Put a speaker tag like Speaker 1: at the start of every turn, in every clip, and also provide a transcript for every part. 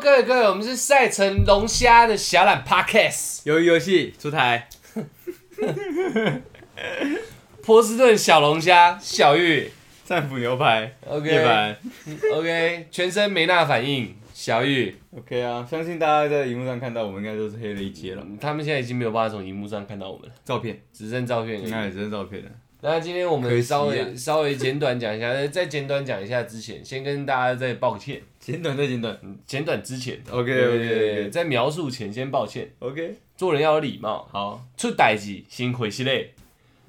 Speaker 1: 各位各位，我们是赛城龙虾的小懒 Podcast，
Speaker 2: 鱿鱼游戏出台，
Speaker 1: 波士顿小龙虾小玉
Speaker 2: 战斧牛排
Speaker 1: OK
Speaker 2: 夜盘
Speaker 1: ，OK，全 身没那反应，小玉，
Speaker 2: ，OK 啊，相信大家在荧幕上看到我们应该都是黑了一阶了，
Speaker 1: 嗯他们现在已经没有办法从荧幕上看到我们了，
Speaker 2: 照片，
Speaker 1: 只剩照片
Speaker 2: 那
Speaker 1: 而
Speaker 2: 也
Speaker 1: 已。
Speaker 2: 只是照片了。
Speaker 1: 那今天我
Speaker 2: 可
Speaker 1: 们
Speaker 2: 惜啊
Speaker 1: 稍微稍微简短讲一下， 在在简短讲一下之前，先跟大家再抱歉，
Speaker 2: 简短再简短
Speaker 1: 嗯简短之前
Speaker 2: ，OK
Speaker 1: 对对
Speaker 2: OK
Speaker 1: 对，
Speaker 2: OK
Speaker 1: 在描述前先抱歉，
Speaker 2: OK，
Speaker 1: 做人要有礼貌，
Speaker 2: 好，
Speaker 1: 出歹机先悔系嘞，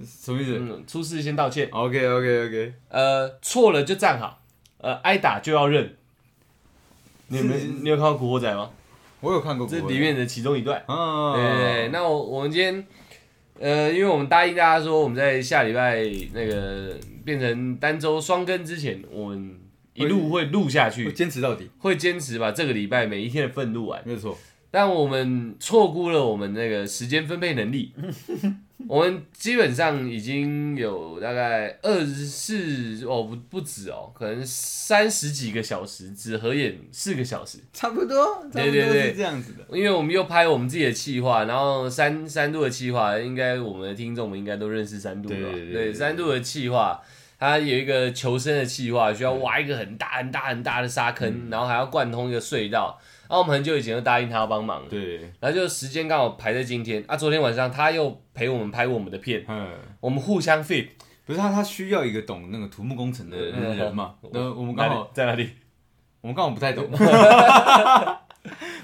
Speaker 2: 什么意思
Speaker 1: 嗯，出事先道歉，
Speaker 2: ？OK OK OK，
Speaker 1: 呃，错了就站好，呃，挨打就要认。你有没有
Speaker 2: 是
Speaker 1: 你有看过《古惑仔》吗？
Speaker 2: 我有看过
Speaker 1: 这
Speaker 2: 国
Speaker 1: 里
Speaker 2: 文
Speaker 1: 面的其中一段。
Speaker 2: 啊，
Speaker 1: 对对对，那我我们今天，呃，因为我们答应大家说，我们在下礼拜那个变成单周双更之前，我们一路会录下
Speaker 2: 我
Speaker 1: 去，
Speaker 2: 坚持到底，
Speaker 1: 会坚持把这个礼拜每一天的份录完。
Speaker 2: 没有错，
Speaker 1: 但我们错估了我们那个时间分配能 力，我们基本上已经有大概二十四哦不不止哦，可能三十几个小时，只合演四个小时，
Speaker 2: 差不多，差
Speaker 1: 对
Speaker 2: 不多
Speaker 1: 对对
Speaker 2: 是这样子的。
Speaker 1: 因为我们又拍我们自己的企划，然后三三度的企划，应该我们的听众们应该都认识三度吧？
Speaker 2: 对对对对对
Speaker 1: 三度的企划。它有一个求生的计划，需要挖一个很大很大很大的沙坑，
Speaker 2: 嗯
Speaker 1: 然后还要贯通一个隧道。然后我们很久以前就答应他要帮忙了，
Speaker 2: 对，
Speaker 1: 然后就时间刚好排在今天啊，昨天晚上他又陪我们拍我们的片，
Speaker 2: 嗯，
Speaker 1: 我们互相 fit，
Speaker 2: 不是他，他需要一个懂那个土木工程的
Speaker 1: 嗯
Speaker 2: 人嘛？那我们刚好
Speaker 1: 在哪里？
Speaker 2: 我们刚好不太懂，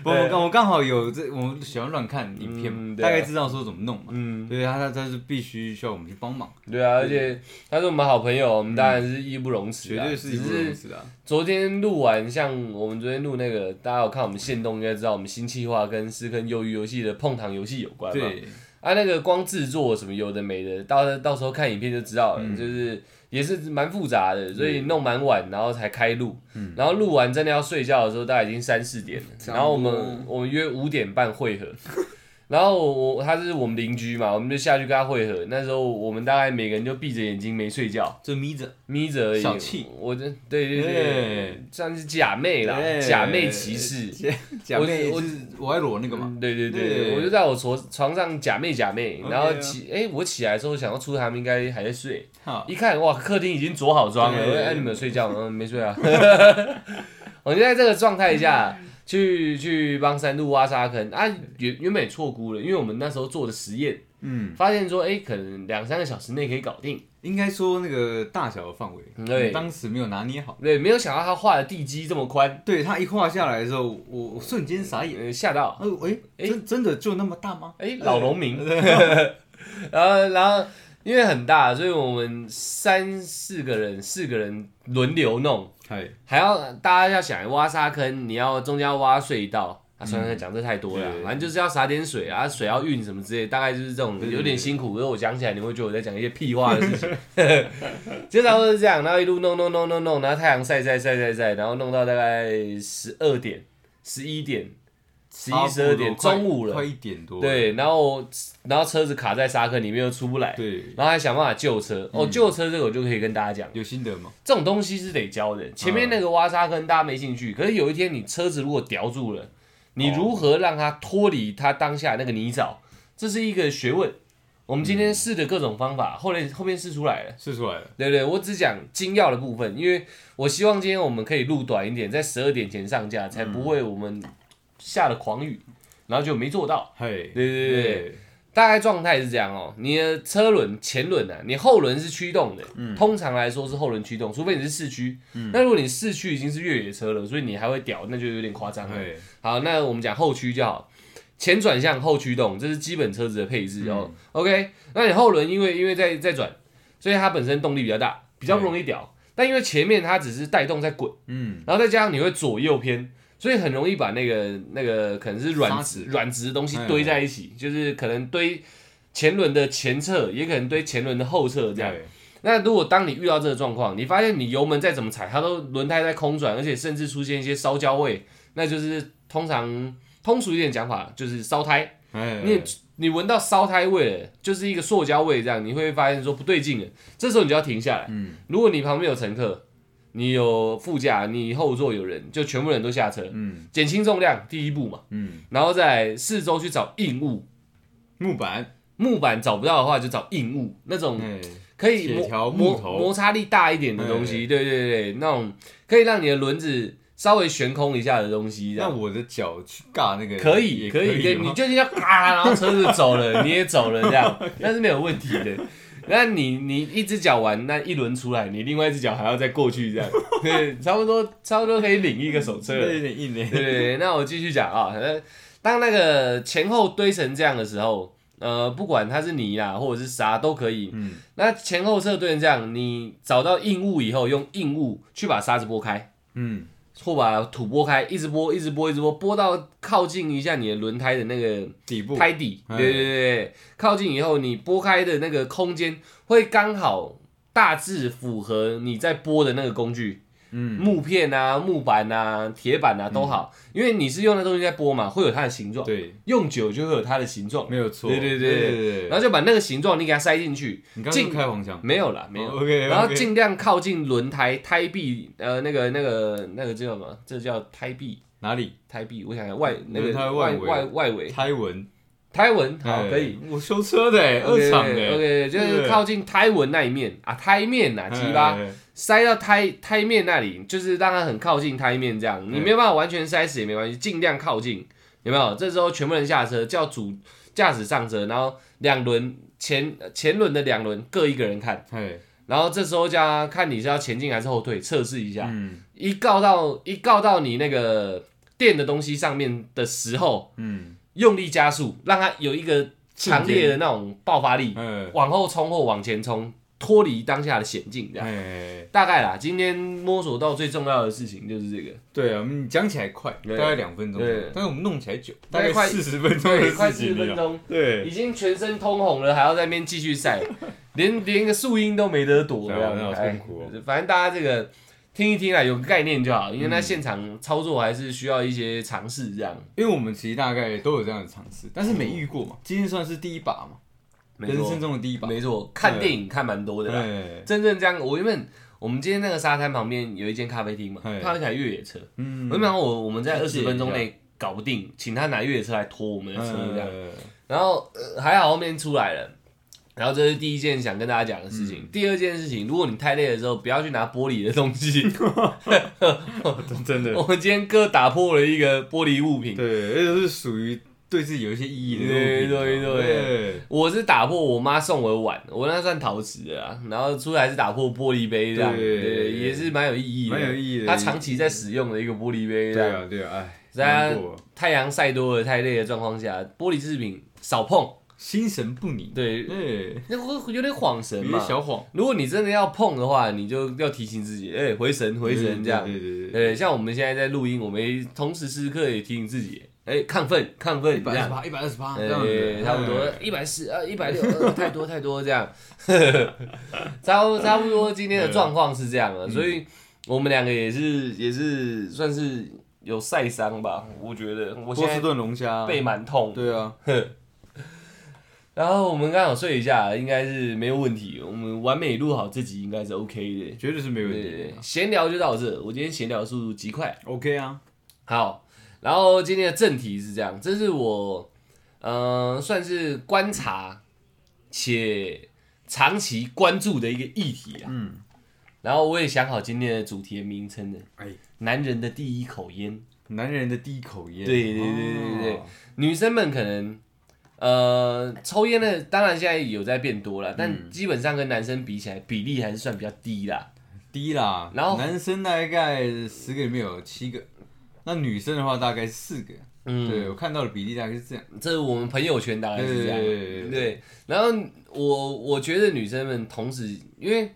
Speaker 2: 不，我刚我刚好有这，我们喜欢乱看影
Speaker 1: 嗯
Speaker 2: 片嘛，
Speaker 1: 对啊
Speaker 2: 大概知道说怎么弄嘛。
Speaker 1: 嗯，
Speaker 2: 对啊，他他是必须需要我们去帮忙，
Speaker 1: 对啊，而且他是我们好朋友，我们当然是义不容辞
Speaker 2: 绝
Speaker 1: 啊。
Speaker 2: 对是一部
Speaker 1: 只
Speaker 2: 如
Speaker 1: 是
Speaker 2: 此的啊。
Speaker 1: 昨天录完，像我们昨天录那个，大家有看我们线动，应该知道我们新企划跟是跟鱿鱼游戏的碰糖游戏有关嘛。
Speaker 2: 对，
Speaker 1: 啊，那个光制作什么有的没的，到到时候看影片就知道了，
Speaker 2: 嗯
Speaker 1: 就是也是蛮复杂的，所以弄蛮晚，然后才开录，然后录完真的要睡觉的时候，大概已经三四点了，
Speaker 2: 嗯差不多
Speaker 1: 然后我们我们约五点半会合，然后我我他是我们邻居嘛，我们就下去跟他会合，那时候我们大概每个人就闭着眼睛没睡觉，
Speaker 2: 就眯着，
Speaker 1: 眯着而已，
Speaker 2: 小气
Speaker 1: 我这对对对
Speaker 2: 哎，
Speaker 1: 算是假妹啦，
Speaker 2: 哎
Speaker 1: 假妹骑士。
Speaker 2: 假假妹
Speaker 1: 我
Speaker 2: 就是我爱裸那个嘛，
Speaker 1: 对对对，
Speaker 2: 对
Speaker 1: 我就在我床床上假寐假寐，
Speaker 2: OK 啊
Speaker 1: 然后起，哎、我起来的时候想要出他们应该还在睡，
Speaker 2: 哈，
Speaker 1: 一看哇，客厅已经着好妆了，
Speaker 2: 对
Speaker 1: 我说哎、你们有睡觉吗？嗯，没睡啊。 我就在这个状态下去去帮三度挖沙坑啊，原原本也错估了，因为我们那时候做的实验，
Speaker 2: 嗯，
Speaker 1: 发现说哎、可能两三个小时内可以搞定，
Speaker 2: 应该说那个大小的范围，
Speaker 1: 嗯对
Speaker 2: 当时没有拿捏好。
Speaker 1: 对，没有想到他画的地基这么宽，
Speaker 2: 对他一画下来的时候，我我瞬间傻眼，
Speaker 1: 呃，吓到，
Speaker 2: 哎哎，真真的就那么大吗？
Speaker 1: 哎、老农 民，然后然后因为很大，所以我们三四个人四个人轮流弄，
Speaker 2: 嗨，
Speaker 1: 还要大家要想挖沙坑，你要中间要挖隧道。啊，算了，讲这太多了，
Speaker 2: 嗯
Speaker 1: 啊
Speaker 2: 对
Speaker 1: 反正就是要洒点水啊，水要运什么之类，大概就是这种
Speaker 2: 对对
Speaker 1: 有点辛苦。如果我讲起来，你会觉得我在讲一些屁话的事情， 就差不多是这样。然后一路弄弄弄弄弄，然后太阳晒晒晒晒晒，然后弄到大概十二点、十一点、十一十二点，
Speaker 2: 差不多快
Speaker 1: 中午了，
Speaker 2: 快一点多了。
Speaker 1: 对，然后然后车子卡在沙坑里面又出不来，
Speaker 2: 对，嗯
Speaker 1: 然后还想办法救车。哦，救车这个我就可以跟大家讲，
Speaker 2: 有心得吗？
Speaker 1: 这种东西是得教的。前面那个挖沙坑大家没兴
Speaker 2: 嗯
Speaker 1: 趣，可是有一天你车子如果叼住了，
Speaker 2: 哦
Speaker 1: 你如何让它脱离它当下那个泥沼，这是一个学问。我们今天试的各种方
Speaker 2: 嗯
Speaker 1: 法，后来后面试出来了。
Speaker 2: 试出来了。
Speaker 1: 对对，我只讲精要的部分，因为我希望今天我们可以录短一点，在十二点前上架，
Speaker 2: 嗯
Speaker 1: 才不会我们下了狂雨，然后就没做到。
Speaker 2: 嘿，
Speaker 1: 对对对对，大概状态是这样哦，你的车轮前轮啊，你后轮是驱动的，通常来说是后轮驱动，除非你是市区。那如果你市区已经是越野车了，所以你还会屌，那就有点夸张了。
Speaker 2: 对，
Speaker 1: 好，那我们讲后驱就好，前转向后驱动，这是基本车子的配置哦。OK，那你后轮因为因为在在转，所以它本身动力比较大，比较不容易屌。但因为前面它只是带动在滚，
Speaker 2: 嗯，
Speaker 1: 然后再加上你会左右偏，所以很容易把那个那个可能是软
Speaker 2: 沙
Speaker 1: 质
Speaker 2: 子
Speaker 1: 软质的东西
Speaker 2: 哎
Speaker 1: 堆在一起，就是可能堆前轮的前侧，也可能堆前轮的后侧这样。
Speaker 2: 对
Speaker 1: 那如果当你遇到这个状况，你发现你油门再怎么踩，它都轮胎在空转，而且甚至出现一些烧焦味，那就是通常通俗一点讲法就是烧胎。
Speaker 2: 哎，
Speaker 1: 你你闻到烧胎味了，就是一个塑胶味这样，你会发现说不对劲了。这时候你就要停下来。
Speaker 2: 嗯
Speaker 1: 如果你旁边有乘客，你有副驾，你后座有人，就全部人都下车，
Speaker 2: 嗯
Speaker 1: 减轻重量，第一步嘛。
Speaker 2: 嗯，
Speaker 1: 然后在四周去找硬物，
Speaker 2: 木板，
Speaker 1: 木板嗯找不到的话就找硬物，那种
Speaker 2: 哎，
Speaker 1: 可以
Speaker 2: 铁条
Speaker 1: 磨
Speaker 2: 木
Speaker 1: 磨
Speaker 2: 头
Speaker 1: 摩擦力大一点的东西，对对对，那种可以让你的轮子稍微悬空一下的东西，这
Speaker 2: 那
Speaker 1: 样
Speaker 2: 我的脚去尬那个
Speaker 1: 可
Speaker 2: 也
Speaker 1: 以
Speaker 2: 可哦
Speaker 1: 以，对，
Speaker 2: 吗
Speaker 1: 你就是啊要嘎，然后车子走了，你也走了这 样，那是没有问题的。那你你一只脚完那一轮出来，你另外一只脚还要再过去这 样，对，差不多差不多可以领一个手册了
Speaker 2: 那。有点硬嘞。
Speaker 1: 对对对，那我继续讲啊。呃当那个前后堆成这样的时候，呃，不管它是泥啦或者是沙都可以。
Speaker 2: 嗯
Speaker 1: 那前后侧堆成这样，你找到硬物以后，用硬物去把沙子拨开，
Speaker 2: 嗯
Speaker 1: 或把土拨开，一直拨，一直拨，一直拨，拨到靠近一下你的轮胎的那个
Speaker 2: 底部
Speaker 1: 胎底。
Speaker 2: 哎
Speaker 1: 对对对对，靠近以后，你拨开的那个空间会刚好大致符合你在拨的那个工具。
Speaker 2: 嗯
Speaker 1: 木片啊、木板啊、铁板啊都好，因为你是用那东西在剥嘛，会有它的形状，
Speaker 2: 对，
Speaker 1: 用久就会有它的形状，
Speaker 2: 没有错。
Speaker 1: 对对对
Speaker 2: 对
Speaker 1: 然后就把那个形状你给它塞进去，
Speaker 2: 你刚刚是
Speaker 1: 进
Speaker 2: 开黄腔，哦
Speaker 1: 没有啦，没有。
Speaker 2: OK，
Speaker 1: 然后尽量靠近轮胎胎壁，呃，那个、那个、那个叫什么？这叫胎壁，
Speaker 2: 哪里
Speaker 1: 胎壁。我想想，外那个
Speaker 2: 轮胎
Speaker 1: 外
Speaker 2: 嗯外围
Speaker 1: 外外围
Speaker 2: 胎纹？
Speaker 1: 胎纹，好，
Speaker 2: 哎
Speaker 1: 可以。。
Speaker 2: 我修车的欸，二厂的欸，
Speaker 1: OK，就是
Speaker 2: 对
Speaker 1: 靠近胎纹那一面啊，胎面呐、啊，鸡巴。
Speaker 2: 哎，哎哎
Speaker 1: 塞到胎胎面那里，就是让它很靠近胎面这
Speaker 2: 哎
Speaker 1: 样，你没有办法完全塞死也没关系，尽量靠近，有没有？这时候全部人下车，叫主驾驶上车，然后两轮前前轮的两轮各一个人看，
Speaker 2: 哎，
Speaker 1: 然后这时候叫他看你是要前进还是后退，测试一下。
Speaker 2: 嗯
Speaker 1: 一告到一告到你那个垫的东西上面的时候，
Speaker 2: 嗯，
Speaker 1: 用力加速，让它有一个强烈的那种爆发力，
Speaker 2: 哎
Speaker 1: 往后冲或往前冲，脱离当下的险境这样。
Speaker 2: 哎，
Speaker 1: 大概啦，今天摸索到最重要的事情就是这个，
Speaker 2: 对啊，你讲起来快，大
Speaker 1: 对
Speaker 2: 概两分钟
Speaker 1: 对，
Speaker 2: 但是我们弄起来久，
Speaker 1: 大
Speaker 2: 大
Speaker 1: 概
Speaker 2: 概
Speaker 1: 快
Speaker 2: 四十分钟
Speaker 1: 对，
Speaker 2: 的
Speaker 1: 快
Speaker 2: 事
Speaker 1: 四十
Speaker 2: 情
Speaker 1: 分
Speaker 2: 了。
Speaker 1: 钟，已
Speaker 2: 对，
Speaker 1: 经全身通红了，还要在那边继续 晒，连连个树荫都没得躲，这
Speaker 2: 对啊
Speaker 1: 样
Speaker 2: 那好
Speaker 1: 哎
Speaker 2: 痛苦哦
Speaker 1: 反正大家这个听一听啦，有个概念就好，因为那现场操作还是需要一些尝试，这样
Speaker 2: 因为我们其实大概都有这样的尝试，但是没遇过嘛，今天算是第一把嘛，
Speaker 1: 嗯没
Speaker 2: 人生
Speaker 1: 错，
Speaker 2: 中的第一把。
Speaker 1: 没错，看电影看蛮多的啦，
Speaker 2: 哎，
Speaker 1: 真正这样，我原本我们今天那个沙滩旁边有一间咖啡厅嘛，
Speaker 2: 哎
Speaker 1: 他那台越野车，
Speaker 2: 嗯
Speaker 1: 我原本想我我们在二十分钟
Speaker 2: 借一
Speaker 1: 内搞不定，请他拿越野车来拖我们的车这样。
Speaker 2: 哎
Speaker 1: 然后、呃还好后面出来了。然后这是第一件想跟大家讲的事
Speaker 2: 嗯
Speaker 1: 情。第二件事情，如果你太累的时候，不要去拿玻璃的东 西。
Speaker 2: 真真的
Speaker 1: 我们今天各打破了一个玻璃物品。
Speaker 2: 对，而且是属于对自己有一些意义的物品嘛
Speaker 1: 对对对我是打破我妈送我的碗，我那算陶瓷的啊。然后出来是打破玻璃杯这样，
Speaker 2: 对
Speaker 1: 对，也是蛮有意义的，
Speaker 2: 蛮有意义的
Speaker 1: 她长期在使用的一个玻璃杯这
Speaker 2: 对对
Speaker 1: 样。
Speaker 2: 啊对啊，哎，
Speaker 1: 大
Speaker 2: 难
Speaker 1: 家
Speaker 2: 过
Speaker 1: 太阳晒多了、太累的状况下，玻璃制品少碰，
Speaker 2: 心神不宁，
Speaker 1: 对，
Speaker 2: 对，
Speaker 1: 那会有点晃神
Speaker 2: 有些
Speaker 1: 嘛。
Speaker 2: 小晃，
Speaker 1: 如果你真的要碰的话，你就要提醒自己，哎、回神回神这样。
Speaker 2: 对对对，
Speaker 1: 呃，像我们现在在录音，我们也同时时刻也提醒自己，哎、亢奋亢奋
Speaker 2: 一百
Speaker 1: 这
Speaker 2: 二十
Speaker 1: 样。
Speaker 2: 八，一百二十八，这样
Speaker 1: 呃，
Speaker 2: 子，
Speaker 1: 差不多
Speaker 2: 哎
Speaker 1: 一百四啊，一百六，呃 太多太多这样，差不差不多今天的状况是这样啊
Speaker 2: 嗯
Speaker 1: 了，所以我们两个也是也是算是有晒伤吧，我觉得我现
Speaker 2: 波士
Speaker 1: 在
Speaker 2: 顿龙虾，
Speaker 1: 背蛮痛的，
Speaker 2: 对啊，
Speaker 1: 然后我们刚好睡一下，应该是没有问题，我们完美录好这集应该是 OK 的。
Speaker 2: 绝对是没问
Speaker 1: 对
Speaker 2: 题
Speaker 1: 对对
Speaker 2: 的
Speaker 1: 闲聊就到这，我今天闲聊速度极快。
Speaker 2: ，OK 啊，
Speaker 1: 好，然后今天的正题是这样，这是我呃算是观察且长期关注的一个议题啊。
Speaker 2: 嗯，
Speaker 1: 然后我也想好今天的主题的名称了，
Speaker 2: 哎，
Speaker 1: 男人的第一口烟，
Speaker 2: 男人的第一口烟，
Speaker 1: 对对对对对
Speaker 2: 哦
Speaker 1: 女生们可能。呃，抽烟的当然现在有在变多了，
Speaker 2: 嗯
Speaker 1: 但基本上跟男生比起来，比例还是算比较低啦。
Speaker 2: 低啦，
Speaker 1: 然后
Speaker 2: 男生大概十个里面有七个，那女生的话大概是四个，
Speaker 1: 嗯，
Speaker 2: 对我看到的比例大概是这样，
Speaker 1: 这是我们朋友圈大概是这样。
Speaker 2: 对
Speaker 1: 对，然后我我觉得女生们同时因为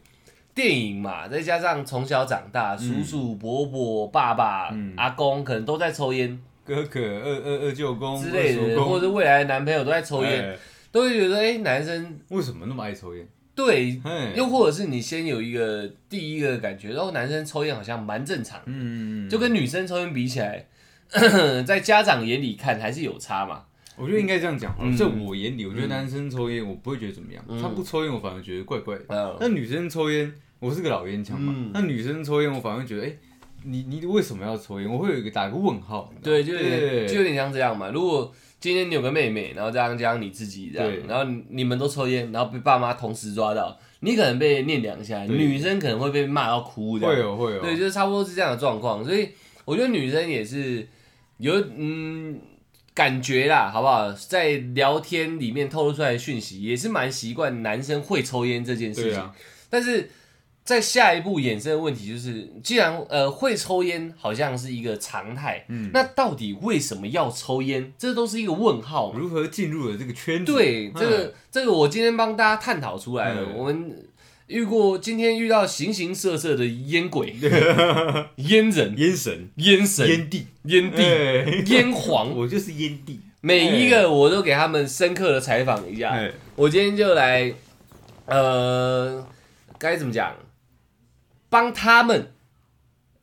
Speaker 1: 电影嘛，再加上从小长大，叔叔、伯伯、爸爸、
Speaker 2: 嗯
Speaker 1: 阿公可能都在抽烟
Speaker 2: 哥哥二二二舅公
Speaker 1: 之类
Speaker 2: 二叔
Speaker 1: 的，
Speaker 2: 公
Speaker 1: 或者是未来的男朋友都在抽烟，
Speaker 2: 哎
Speaker 1: 都会觉得哎、男生
Speaker 2: 为什么那么爱抽烟？
Speaker 1: 对，
Speaker 2: 哎，
Speaker 1: 又或者是你先有一个第一个感觉，然后男生抽烟好像蛮正常，
Speaker 2: 嗯，
Speaker 1: 就跟女生抽烟比起来。 在家长眼里看还是有差嘛，
Speaker 2: 我觉得应该这样讲，
Speaker 1: 嗯
Speaker 2: 在我眼里，我觉得男生抽烟我不会觉得怎么样，他不抽烟我反而觉得怪怪的。
Speaker 1: 嗯，
Speaker 2: 那女生抽烟，我是个老烟枪嘛。
Speaker 1: 嗯
Speaker 2: 那女生抽烟，我反而会觉得，哎、你你为什么要抽烟？我会有一个打一个问号。你知道
Speaker 1: 对，
Speaker 2: 吗
Speaker 1: 就有点就有点像这样嘛。如果今天你有个妹妹，然后加上加上你自己这
Speaker 2: 对
Speaker 1: 样，然后你你们都抽烟，然后被爸妈同时抓到，你可能被念两下，
Speaker 2: 对
Speaker 1: 女生可能会被骂到哭这
Speaker 2: 会
Speaker 1: 样。
Speaker 2: 有会哦有，
Speaker 1: 对，就是差不多是这样的状况。所以我觉得女生也是有嗯感觉啦，好不好？在聊天里面透露出来的讯息，也是蛮习惯男生会抽烟这件事
Speaker 2: 对
Speaker 1: 情。
Speaker 2: 啊，
Speaker 1: 但是在下一步衍生的问题就是，既然呃会抽烟好像是一个常态，
Speaker 2: 嗯
Speaker 1: 那到底为什么要抽烟？这都是一个问号嘛。
Speaker 2: 如何进入了这个圈子？
Speaker 1: 对，
Speaker 2: 嗯
Speaker 1: 这个这个我今天帮大家探讨出来了。
Speaker 2: 嗯
Speaker 1: 我们遇过今天遇到形形色色的烟 鬼、烟人、
Speaker 2: 烟神、
Speaker 1: 烟神、
Speaker 2: 烟帝，
Speaker 1: 烟帝、
Speaker 2: 哎
Speaker 1: 烟皇，
Speaker 2: 我就是烟帝。
Speaker 1: 每一个我都给他们深刻的采访一下。
Speaker 2: 哎，
Speaker 1: 我今天就来，呃，该怎么讲？帮他们，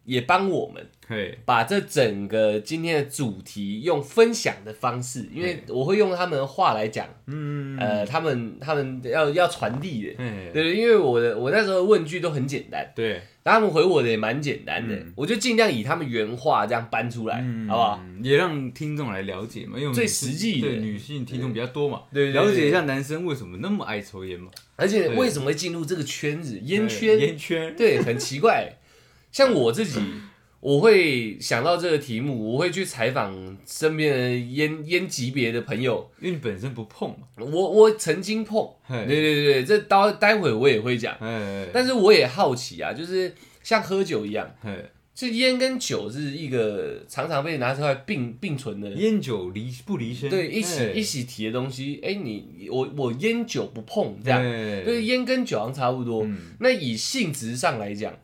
Speaker 1: 也帮我们，
Speaker 2: 嘿，
Speaker 1: 把这整个今天的主题用分享的方式，因为我会用他们的话来讲，
Speaker 2: 嗯，
Speaker 1: 呃，他们他们要要传递的，
Speaker 2: 哎，
Speaker 1: 对，因为我的我那时候的问句都很简单，
Speaker 2: 对，
Speaker 1: 然后他们回我的也蛮简单的，
Speaker 2: 嗯
Speaker 1: 我就尽量以他们原话这样搬出来，好不好？？
Speaker 2: 嗯也让听众来了解嘛，因为我们
Speaker 1: 最
Speaker 2: 女性
Speaker 1: 实际的
Speaker 2: 对女性听众比较多嘛，
Speaker 1: 对对对
Speaker 2: 了解一下男生为什么那么爱抽烟嘛，
Speaker 1: 而且
Speaker 2: 对
Speaker 1: 为什么会进入这个圈子，烟
Speaker 2: 对
Speaker 1: 圈？
Speaker 2: 烟圈，
Speaker 1: 对，很奇怪。像我自己，我会想到这个题目，我会去采访身边的烟烟级别的朋友。
Speaker 2: 因为你本身不碰嘛，
Speaker 1: 我我曾经碰，
Speaker 2: 嘿
Speaker 1: 对对对，这待待会我也会讲。
Speaker 2: 哎，
Speaker 1: 但是我也好奇啊，就是像喝酒一样，
Speaker 2: 哎，
Speaker 1: 这烟跟酒是一个常常被拿出来并并存的，
Speaker 2: 烟酒离不离身，
Speaker 1: 对，一起
Speaker 2: 哎
Speaker 1: 一起提的东西。哎，你我我烟酒不碰这样，
Speaker 2: 哎
Speaker 1: 对，烟跟酒好像差不多。
Speaker 2: 嗯
Speaker 1: 那以性质上来讲，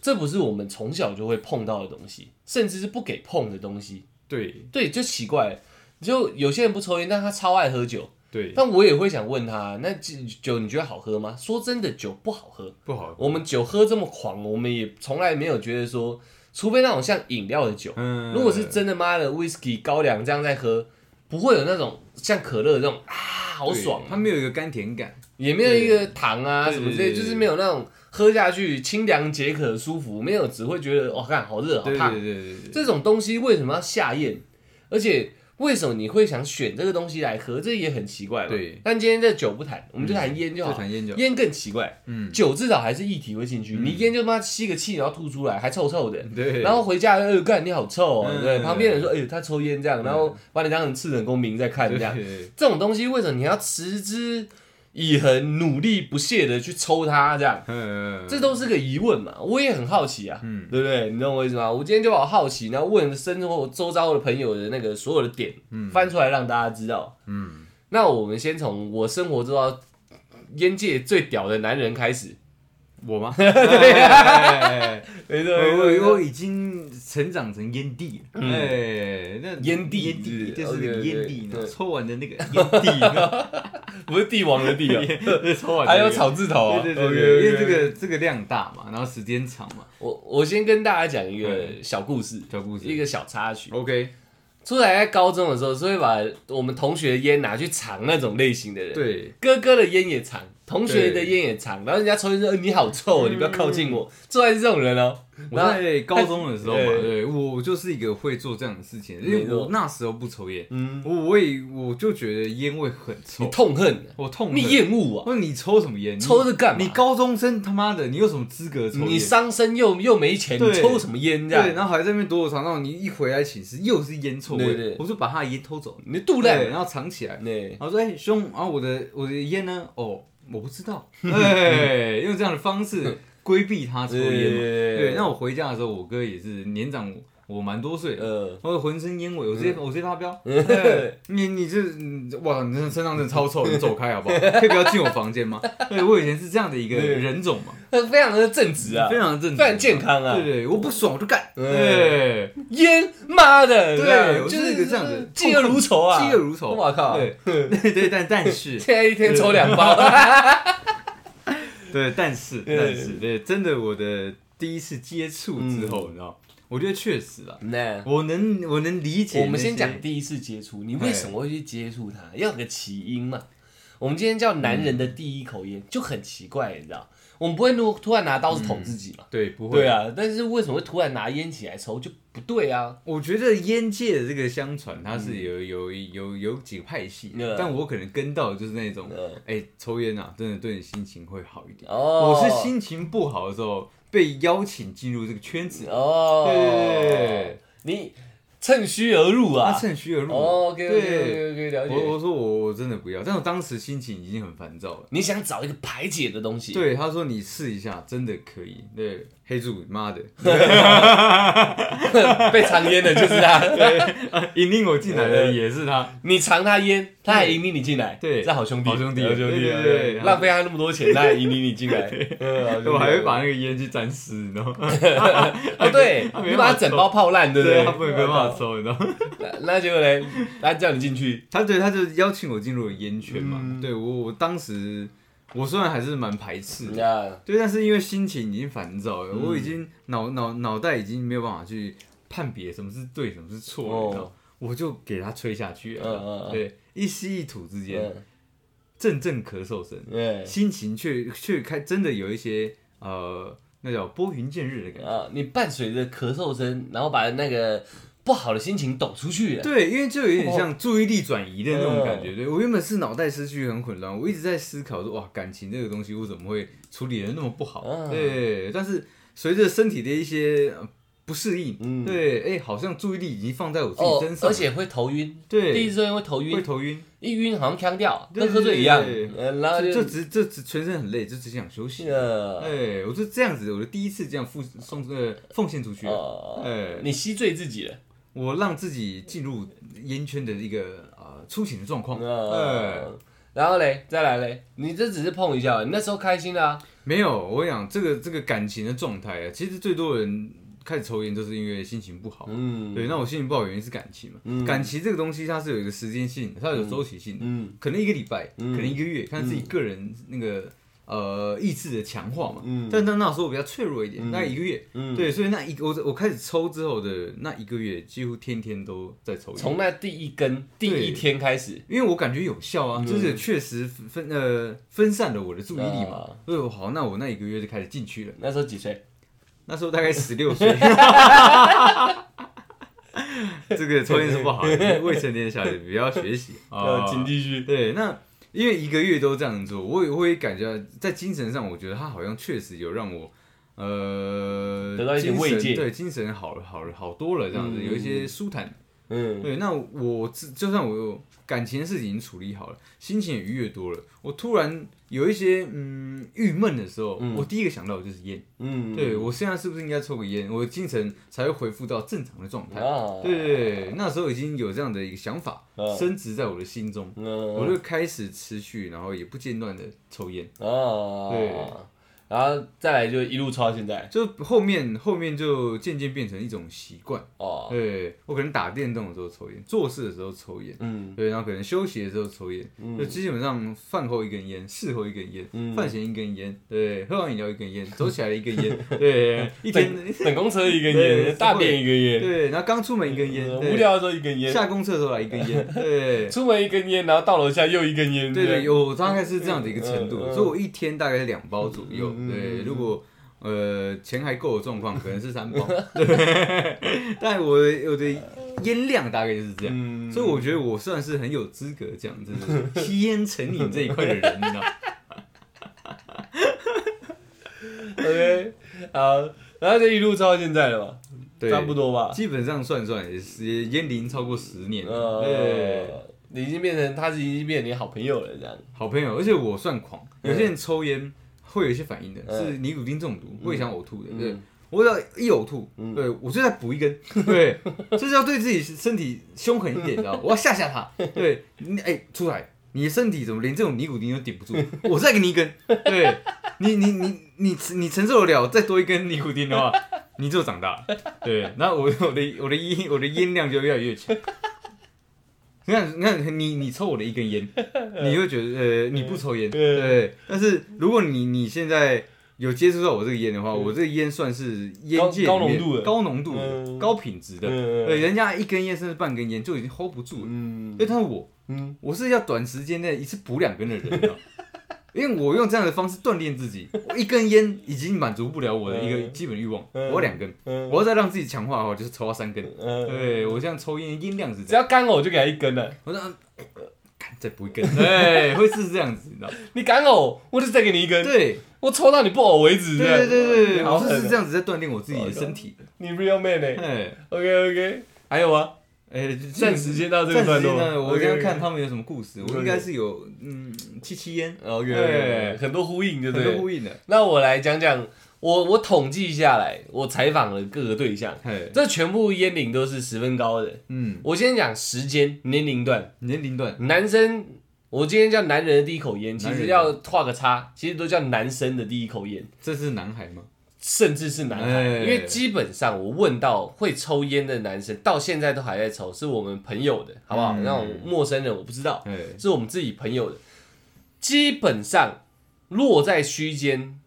Speaker 1: 这不是我们从小就会碰到的东西，甚至是不给碰的东西。
Speaker 2: 对
Speaker 1: 对，就奇怪了，就有些人不抽烟，但他超爱喝酒。
Speaker 2: 对，
Speaker 1: 但我也会想问他，那酒你觉得好喝吗？说真的，酒不好喝。
Speaker 2: 不好，
Speaker 1: 我们酒喝这么狂，我们也从来没有觉得说，除非那种像饮料的酒，
Speaker 2: 嗯，
Speaker 1: 如果是真的妈的 whisky 高粱这样在喝，不会有那种像可乐这种啊好
Speaker 2: 对
Speaker 1: 爽啊
Speaker 2: 它没有一个甘甜感，
Speaker 1: 也没有一个糖啊
Speaker 2: 对
Speaker 1: 什么之类，
Speaker 2: 对对
Speaker 1: 就是没有那种喝下去清凉解渴、舒服，没有只会觉得哇，看好热、好
Speaker 2: 对
Speaker 1: 烫
Speaker 2: 对。对对对，
Speaker 1: 这种东西为什么要下咽？而且为什么你会想选这个东西来喝？这也很奇怪嘛。
Speaker 2: 对
Speaker 1: 但今天这酒不谈，我们就谈烟就
Speaker 2: 就
Speaker 1: 好。
Speaker 2: 谈烟酒，
Speaker 1: 烟更奇怪，
Speaker 2: 嗯，
Speaker 1: 酒至少还是液体会进去，你烟就妈吸个气，然后吐出来，还臭臭的。
Speaker 2: 对，
Speaker 1: 然后回家，呃，干你好臭哦、
Speaker 2: 嗯
Speaker 1: 对，旁边人说，哎、他抽烟这样，然后把你当成次等公民在看这
Speaker 2: 对
Speaker 1: 样。
Speaker 2: 对
Speaker 1: 这种东西为什么你要持之以恒、努力不懈的去抽它？这样，
Speaker 2: 嗯，
Speaker 1: 这都是个疑问嘛。我也很好奇啊，
Speaker 2: 嗯
Speaker 1: 对不对？你懂我意思吗？我今天就把我好奇，然后问身后周遭的朋友的那个所有的点，翻出来让大家知道。
Speaker 2: 嗯，
Speaker 1: 那我们先从我生活周遭烟界最屌的男人开始。
Speaker 2: 我吗？对呀。
Speaker 1: 没错没
Speaker 2: 我
Speaker 1: 错
Speaker 2: 我我已经成长成烟帝了，哎，那
Speaker 1: 嗯烟帝
Speaker 2: 烟帝
Speaker 1: 是不是
Speaker 2: 就是那个
Speaker 1: OK，OK，
Speaker 2: 烟蒂呢，
Speaker 1: 对
Speaker 2: 抽完的那个 烟
Speaker 1: 不是帝王的帝 啊，
Speaker 2: 蒂， 抽完的
Speaker 1: 还
Speaker 2: 那个
Speaker 1: 有草字头啊。
Speaker 2: 哎对对
Speaker 1: OK，OK，
Speaker 2: 对对，因为这
Speaker 1: OK
Speaker 2: 个这个量大嘛，然后时间长嘛，
Speaker 1: 我我先跟大家讲一个小故事，
Speaker 2: 小嗯故事
Speaker 1: 一个小插曲。
Speaker 2: ，OK，
Speaker 1: 出来在高中的时候，是会把我们同学的烟拿去藏那种类型的人。，
Speaker 2: 对，
Speaker 1: 哥哥的烟也藏，同学的烟也藏，然后人家抽烟说、呃你好臭哦，你不要靠近我。出来是这种人哦、
Speaker 2: 嗯我
Speaker 1: 然后
Speaker 2: 在高中的时候嘛，
Speaker 1: 对
Speaker 2: 对我就是一个会做这样的事情，因
Speaker 1: 没
Speaker 2: 为
Speaker 1: 错
Speaker 2: 我那时候不抽烟，
Speaker 1: 嗯，
Speaker 2: 我我也我就觉得烟味很
Speaker 1: 你
Speaker 2: 臭，
Speaker 1: 痛恨，啊
Speaker 2: 我痛，
Speaker 1: 你，厌恶啊，
Speaker 2: 我说你抽什么烟？你
Speaker 1: 抽这干嘛
Speaker 2: 你高中生他妈的，你有什么资格抽烟？
Speaker 1: 你伤身又又没钱，你
Speaker 2: 对
Speaker 1: 抽什么烟这
Speaker 2: 对，
Speaker 1: 样？
Speaker 2: 然后还在那边躲躲藏藏，你一回来寝室又是烟臭味，
Speaker 1: 对对
Speaker 2: 我就把他的烟偷走，
Speaker 1: 你的肚
Speaker 2: 对，
Speaker 1: 烂。
Speaker 2: 然后藏起来，
Speaker 1: 对，
Speaker 2: 然后说：“哎、兄，然、后我的我的烟呢？哦，我不 知道。”对，用这样的方式规避他抽烟嘛。
Speaker 1: 对
Speaker 2: 对，那我回家的时候，我哥也是年长我，我蛮多岁的。
Speaker 1: 呃，
Speaker 2: 我浑身烟味，我
Speaker 1: 嗯
Speaker 2: 直接、我直接发飙。对你你这嗯哇，你这身上真的超臭，你走开好不好？可以不要进我房间吗？对我以前是这样的一个
Speaker 1: 对
Speaker 2: 人种嘛，
Speaker 1: 呃非常的正直啊
Speaker 2: 非，常正直，
Speaker 1: 非常健康啊
Speaker 2: 对。对，我不爽我就干。
Speaker 1: 嗯
Speaker 2: 对，
Speaker 1: 烟，妈的，
Speaker 2: 对
Speaker 1: 这样
Speaker 2: 我
Speaker 1: 啊就是
Speaker 2: 一个这样的
Speaker 1: 嫉恶如仇啊，
Speaker 2: 嫉恶如仇。
Speaker 1: 我靠，
Speaker 2: 对对对，但但 是，
Speaker 1: 现在一天抽两 包，
Speaker 2: 对，但是
Speaker 1: 对
Speaker 2: 但是，对，真的，我的第一次接触之
Speaker 1: 嗯
Speaker 2: 后，你知道，我觉得确实啊，
Speaker 1: 那
Speaker 2: 我能我能理解那些。
Speaker 1: 我们先讲第一次接触，你为什么会去接触它？要有个起因嘛。我们今天叫男人的第一口烟，就很奇怪，你知道？我们不会突突然拿刀子捅自己嘛。
Speaker 2: 对，嗯不会。
Speaker 1: 对啊，但是为什么会突然拿烟起来抽就不对啊？
Speaker 2: 我觉得烟界的这个相传，它是有有有有几个派系
Speaker 1: 嗯，
Speaker 2: 但我可能跟到的就是那种
Speaker 1: 嗯，
Speaker 2: 哎，抽烟啊，真的对你心情会好一点。
Speaker 1: 哦，
Speaker 2: 我是心情不好的时候被邀请进入这个圈子，
Speaker 1: 哦，
Speaker 2: 对，
Speaker 1: 你趁虚而入啊
Speaker 2: 他。趁虚而入。
Speaker 1: 哦，OK OK
Speaker 2: 对，
Speaker 1: OK OK，了
Speaker 2: 我
Speaker 1: 解。
Speaker 2: 我说我我真的不要，但我当时心情已经很烦躁了。
Speaker 1: 你想找一个排解的东西，，
Speaker 2: 对，他说你试一下，真的可以。对，黑柱，妈 的，
Speaker 1: 被藏烟的就是 他，
Speaker 2: 引领我进来
Speaker 1: 嗯
Speaker 2: 的也是他。
Speaker 1: 你藏他烟，他还引领你进来，
Speaker 2: 对
Speaker 1: 这好兄弟，
Speaker 2: 好兄弟
Speaker 1: 好兄弟，
Speaker 2: 对对对对
Speaker 1: 浪费他那么多钱，他还引领你进 来，嗯好兄弟
Speaker 2: 我还会把那个烟去沾湿，你知道吗？
Speaker 1: 哦， 对
Speaker 2: 他，没
Speaker 1: 你
Speaker 2: 办
Speaker 1: 把
Speaker 2: 法
Speaker 1: 它整包泡烂，对不对？
Speaker 2: 他不没办法抽，你知道吗？
Speaker 1: 那那结果嘞，他叫你进去，
Speaker 2: 他对，他就邀请我进入了烟圈嘛。
Speaker 1: 嗯
Speaker 2: 对我，我当时我虽然还是蛮排斥的，
Speaker 1: 那
Speaker 2: 对，但是因为心情已经烦躁了，我已
Speaker 1: 嗯
Speaker 2: 经脑脑脑袋已经没有办法去判别什么是对，什么是错了，你知道
Speaker 1: 哦
Speaker 2: 吗，我就给他吹下去了。
Speaker 1: 嗯嗯嗯
Speaker 2: 对，一吸一吐之间，
Speaker 1: 嗯
Speaker 2: 阵阵咳嗽声，
Speaker 1: 对
Speaker 2: 心情却却开真的有一些呃，那叫拨云见日的感觉。
Speaker 1: 啊，你伴随着咳嗽声，然后把那个不好的心情抖出去了，
Speaker 2: 对，因为就有
Speaker 1: 哦
Speaker 2: 点像注意力转移的那种
Speaker 1: 嗯
Speaker 2: 感觉。对我原本是脑袋失去很混乱，我一直在思考说，哇，感情这个东西我怎么会处理的那么不好？
Speaker 1: 嗯
Speaker 2: 对，但是随着身体的一些呃不适应，
Speaker 1: 嗯
Speaker 2: 对，哎、好像注意力已经放在我自己
Speaker 1: 哦
Speaker 2: 身，上，
Speaker 1: 而且会头晕，第一
Speaker 2: 对，
Speaker 1: 时间会头
Speaker 2: 会
Speaker 1: 晕，
Speaker 2: 头晕，
Speaker 1: 一晕好像呛掉，
Speaker 2: 对
Speaker 1: 跟喝醉一样
Speaker 2: 对对，对
Speaker 1: 嗯然后
Speaker 2: 就
Speaker 1: 就
Speaker 2: 只就只全身很累，就只想休息。哎、
Speaker 1: 呃，
Speaker 2: 我就这样子，我就第一次这样奉送呃奉献出去了，
Speaker 1: 哦
Speaker 2: 哎
Speaker 1: 你吸醉自己了，
Speaker 2: 我让自己进入烟圈的一个呃出行的
Speaker 1: 嗯
Speaker 2: 状况。哎
Speaker 1: 呃，然后嘞，再来嘞，你这只是碰一下，你那时候开心啊，
Speaker 2: 没有，我想这个这个感情的状态啊，其实最多人开始抽烟都是因为心情不好。
Speaker 1: 嗯
Speaker 2: 对，那我心情不好的原因是感情嘛。
Speaker 1: 嗯
Speaker 2: 感情这个东西它是有一个时间性的，它有周期性的，
Speaker 1: 嗯
Speaker 2: 可能一个礼拜，
Speaker 1: 嗯
Speaker 2: 可能一个月，看自己个人那个呃意志的强化嘛。
Speaker 1: 嗯
Speaker 2: 但但那时候我比较脆弱一点，那一个月。
Speaker 1: 嗯，
Speaker 2: 对，所以那一个我我开始抽之后的那一个月，几乎天天都在抽烟，
Speaker 1: 从那第一根第一
Speaker 2: 对
Speaker 1: 天开始，
Speaker 2: 因为我感觉有效
Speaker 1: 嗯
Speaker 2: 啊，就是确实分呃分散了我的注意力嘛
Speaker 1: 啊。
Speaker 2: 所以我好，那我那一个月就开始进去了。
Speaker 1: 那时候几岁？
Speaker 2: 那时候大概十 六岁。这个抽烟是不好的，未成年的小孩不要学 习啊。
Speaker 1: 继续。
Speaker 2: 对，那因为一个月都这样做，我也会感觉到在精神上，我觉得他好像确实有让我呃
Speaker 1: 得到一点
Speaker 2: 精神
Speaker 1: 慰藉
Speaker 2: 对，精神好了好了好多了，这样子、
Speaker 1: 嗯
Speaker 2: 有一些舒坦。
Speaker 1: 嗯，
Speaker 2: 对，那我自就算我有感情的事情已经处理好了，心情也愉悦多了，我突然有一些嗯郁闷的时候，
Speaker 1: 嗯
Speaker 2: 我第一个想到的就是烟。
Speaker 1: 嗯，
Speaker 2: 对我现在是不是应该抽个烟，我的精神才会恢复到正常的状态？
Speaker 1: 啊，
Speaker 2: 对，那时候已经有这样的一个想法
Speaker 1: 嗯
Speaker 2: 升值在我的心中，我
Speaker 1: 嗯，
Speaker 2: 就开始持续，然后也不间断的抽烟。
Speaker 1: 啊，
Speaker 2: 对，
Speaker 1: 然后再来就一路抽到现在，
Speaker 2: 就后面后面就渐渐变成一种习惯。
Speaker 1: 哦，
Speaker 2: 对我可能打电动的时候抽烟，做事的时候抽烟，
Speaker 1: 嗯
Speaker 2: 对，然后可能休息的时候抽烟，就基本上饭后一根烟，事后一根烟，
Speaker 1: 嗯，
Speaker 2: 饭前一根烟，对，喝完饮料一根 烟，走起来一根烟，对，一天。
Speaker 1: 等等公车一根
Speaker 2: 对
Speaker 1: 烟，大便一根烟，
Speaker 2: 对，然后刚出门一根烟，
Speaker 1: 呃
Speaker 2: 对
Speaker 1: 无聊的时候一根烟，
Speaker 2: 下公厕的时候来一根 烟，对
Speaker 1: 出门一根烟，然后到楼下又一根烟，
Speaker 2: 对
Speaker 1: 这
Speaker 2: 对，
Speaker 1: 样，
Speaker 2: 有大概是这样的一个程度，
Speaker 1: 嗯嗯
Speaker 2: 所以我一天大概是两包左右，
Speaker 1: 嗯嗯
Speaker 2: 对，
Speaker 1: 嗯
Speaker 2: 如果呃钱还够的状况，可能是 三包，对，但我的我的烟量大概就是这样。
Speaker 1: 嗯，
Speaker 2: 所以我觉得我算是很有资格讲，真的是吸烟成瘾这一块的人，你 知道？
Speaker 1: OK，好，然后就一路抽到现在了嘛，
Speaker 2: 对，
Speaker 1: 差不多吧，
Speaker 2: 基本上算算也是也烟龄超过十年了，对，
Speaker 1: 呃，你已经变成他是已经变成你好朋友了，这样，
Speaker 2: 好朋友，而且我算狂，
Speaker 1: 嗯
Speaker 2: 有些人抽烟会有一些反应的，
Speaker 1: 嗯
Speaker 2: 是尼古丁中毒，会想呕吐的。对
Speaker 1: 嗯，
Speaker 2: 我只要一呕吐，
Speaker 1: 嗯
Speaker 2: 对我就再补一根， 对，就是要对自己身体凶狠一点，你 知道吗？我要吓吓他，对，你哎出来，你的身体怎么连这种尼古丁都顶不 住？我再给你一根，对你你你你你承受得了再多一根尼古丁的话， 你就长大了，对，那我我的我的烟我的烟量就越来越强。你看，你看，你你抽我的一根烟，你会觉得呃，你不抽烟，对。但是如果你你现在有接触到我这个烟的话，我这个烟算是烟界
Speaker 1: 高
Speaker 2: 里面
Speaker 1: 高浓度的
Speaker 2: 高浓度的、
Speaker 1: 嗯
Speaker 2: 高品质的。
Speaker 1: 嗯
Speaker 2: 对，人家一根烟甚至半根烟就已经 hold 不住了。
Speaker 1: 嗯
Speaker 2: 对，但是我
Speaker 1: 嗯，
Speaker 2: 我是要短时间内一次补两根的人，你知道吗啊因为我用这样的方式锻炼自己，我一根烟已经满足不了我的一个
Speaker 1: 嗯
Speaker 2: 基本欲望，
Speaker 1: 嗯
Speaker 2: 我要两根，
Speaker 1: 嗯
Speaker 2: 我要再让自己强化的话，我就是抽到三根。
Speaker 1: 嗯，
Speaker 2: 对我这样抽烟烟量是
Speaker 1: 只
Speaker 2: 这样，
Speaker 1: 要干呕就给他一根了。
Speaker 2: 我说啊 干再补一 根，对，会是这样子，你知道？
Speaker 1: 你干呕，我就再给你一根，
Speaker 2: 对
Speaker 1: 我抽到你不呕为止。
Speaker 2: 对对对对，
Speaker 1: 你好
Speaker 2: 我
Speaker 1: 狠
Speaker 2: 是
Speaker 1: 啊
Speaker 2: 是这样子在锻炼我自己的身体。
Speaker 1: 你 real man 哎、
Speaker 2: 哎
Speaker 1: OK OK，还有啊吗？
Speaker 2: 哎，就
Speaker 1: 暂时先到这个
Speaker 2: 暂
Speaker 1: 段
Speaker 2: 时
Speaker 1: 落。
Speaker 2: 呢，我
Speaker 1: OK，OK
Speaker 2: 这样看他们有什么故事，我
Speaker 1: OK
Speaker 2: 应该是有嗯七七烟
Speaker 1: OK，,
Speaker 2: 对
Speaker 1: 很多呼应，对不
Speaker 2: 很
Speaker 1: 对
Speaker 2: 多？呼应的，
Speaker 1: 那我来讲讲，我我统计下来，我采访了各个对象，
Speaker 2: 嘿，
Speaker 1: 这全部烟龄都是十分高的。
Speaker 2: 嗯，
Speaker 1: 我先讲时间年龄段，
Speaker 2: 年龄段
Speaker 1: 男生，我今天叫男人的第一口烟，其
Speaker 2: 男
Speaker 1: 实
Speaker 2: 人
Speaker 1: 要画个叉，其实都叫男生的第一口烟，
Speaker 2: 这是男孩吗？
Speaker 1: 甚至是男孩，
Speaker 2: 哎
Speaker 1: 因为基本上我问到会抽烟的男生，到现在都还在抽，是我们朋友的，好不好？
Speaker 2: 嗯
Speaker 1: 那种陌生人我不知道，
Speaker 2: 哎，
Speaker 1: 是我们自己朋友的，基本上落在区间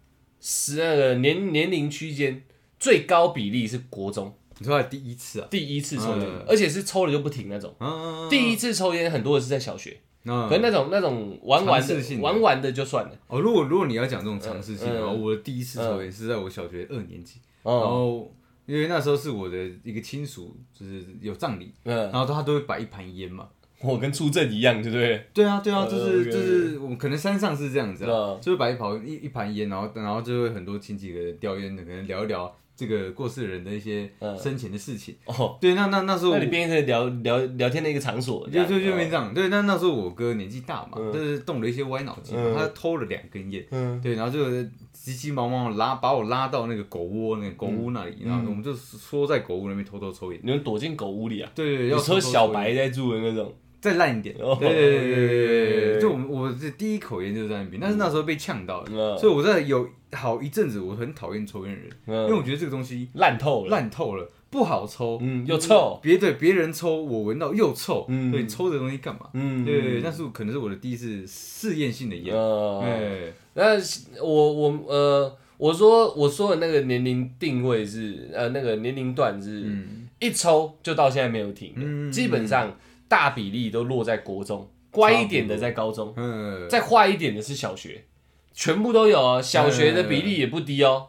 Speaker 1: 十那个年年龄区间最高比例是国中
Speaker 2: 你说他第一次啊？
Speaker 1: 第一次抽烟，
Speaker 2: 嗯
Speaker 1: 而且是抽了就不停那种。
Speaker 2: 啊，
Speaker 1: 第一
Speaker 2: 一，
Speaker 1: 次抽烟很多的是在小学，
Speaker 2: 嗯
Speaker 1: 可能那种那种玩玩
Speaker 2: 尝
Speaker 1: 的
Speaker 2: 试性的
Speaker 1: 玩玩的就算了。
Speaker 2: 哦，如果如果你要讲这种尝试性的
Speaker 1: 嗯
Speaker 2: 话，
Speaker 1: 嗯
Speaker 2: 我的第一次抽烟是在我小学二年级，然
Speaker 1: 哦，
Speaker 2: 后因为那时候是我的一个亲属，就是有葬礼，
Speaker 1: 嗯
Speaker 2: 然，后他都会摆一盘烟嘛。
Speaker 1: 我跟出阵一样，对不对？
Speaker 2: 对啊，对啊，
Speaker 1: 呃
Speaker 2: 就是
Speaker 1: 对
Speaker 2: 就是，我可能山上是这样子啊
Speaker 1: 嗯，
Speaker 2: 就是摆一盘一一盘烟，然后然后就会很多亲戚的叼烟的，可能聊一聊这个过世的人的一些
Speaker 1: 嗯
Speaker 2: 生前的事情。
Speaker 1: 哦，
Speaker 2: 对，那那那时候
Speaker 1: 那
Speaker 2: 我
Speaker 1: 你变成聊聊聊天的一个场所，这
Speaker 2: 就
Speaker 1: 样哦
Speaker 2: 就就变这样。对，那那时候我哥年纪大嘛，
Speaker 1: 嗯
Speaker 2: 就是动了一些歪脑筋嘛，
Speaker 1: 嗯
Speaker 2: 他偷了两根烟。
Speaker 1: 嗯
Speaker 2: 对，然后就急急忙忙地拉把我拉到那个狗窝那个狗屋那里，
Speaker 1: 嗯
Speaker 2: 然后我们就缩在狗屋那边偷偷抽烟。
Speaker 1: 你们躲进狗屋里啊？
Speaker 2: 对对，
Speaker 1: 你
Speaker 2: 要偷
Speaker 1: 说
Speaker 2: 偷
Speaker 1: 小
Speaker 2: 抽烟
Speaker 1: 白在住的那种，
Speaker 2: 再烂一点，对
Speaker 1: 哦
Speaker 2: 对对对对对对，
Speaker 1: 哎
Speaker 2: 就我们我这第一口烟就是在那边，但是那时候被呛到了，
Speaker 1: 嗯
Speaker 2: 所以我在有好一阵子我很讨厌抽烟的人，因为
Speaker 1: 嗯，
Speaker 2: 我觉得这个东西
Speaker 1: 烂透了，
Speaker 2: 烂透了，不好抽，
Speaker 1: 嗯，又臭，
Speaker 2: 别对别人抽我闻到又臭，
Speaker 1: 嗯
Speaker 2: 对，抽这东西干嘛？
Speaker 1: 嗯，
Speaker 2: 对对对，那是可能是我的第一次试验性的烟，
Speaker 1: 呃，
Speaker 2: 哎，
Speaker 1: 那我我呃，我说我说的那个年龄定位是呃，那个年龄段是
Speaker 2: 嗯，
Speaker 1: 一抽就到现在没有停
Speaker 2: 嗯
Speaker 1: 的，基本上大比例都落在国中，乖一点的在高中，
Speaker 2: 嗯，
Speaker 1: 再坏一点的是小学，全部都有哦，小学的比例也不低哦。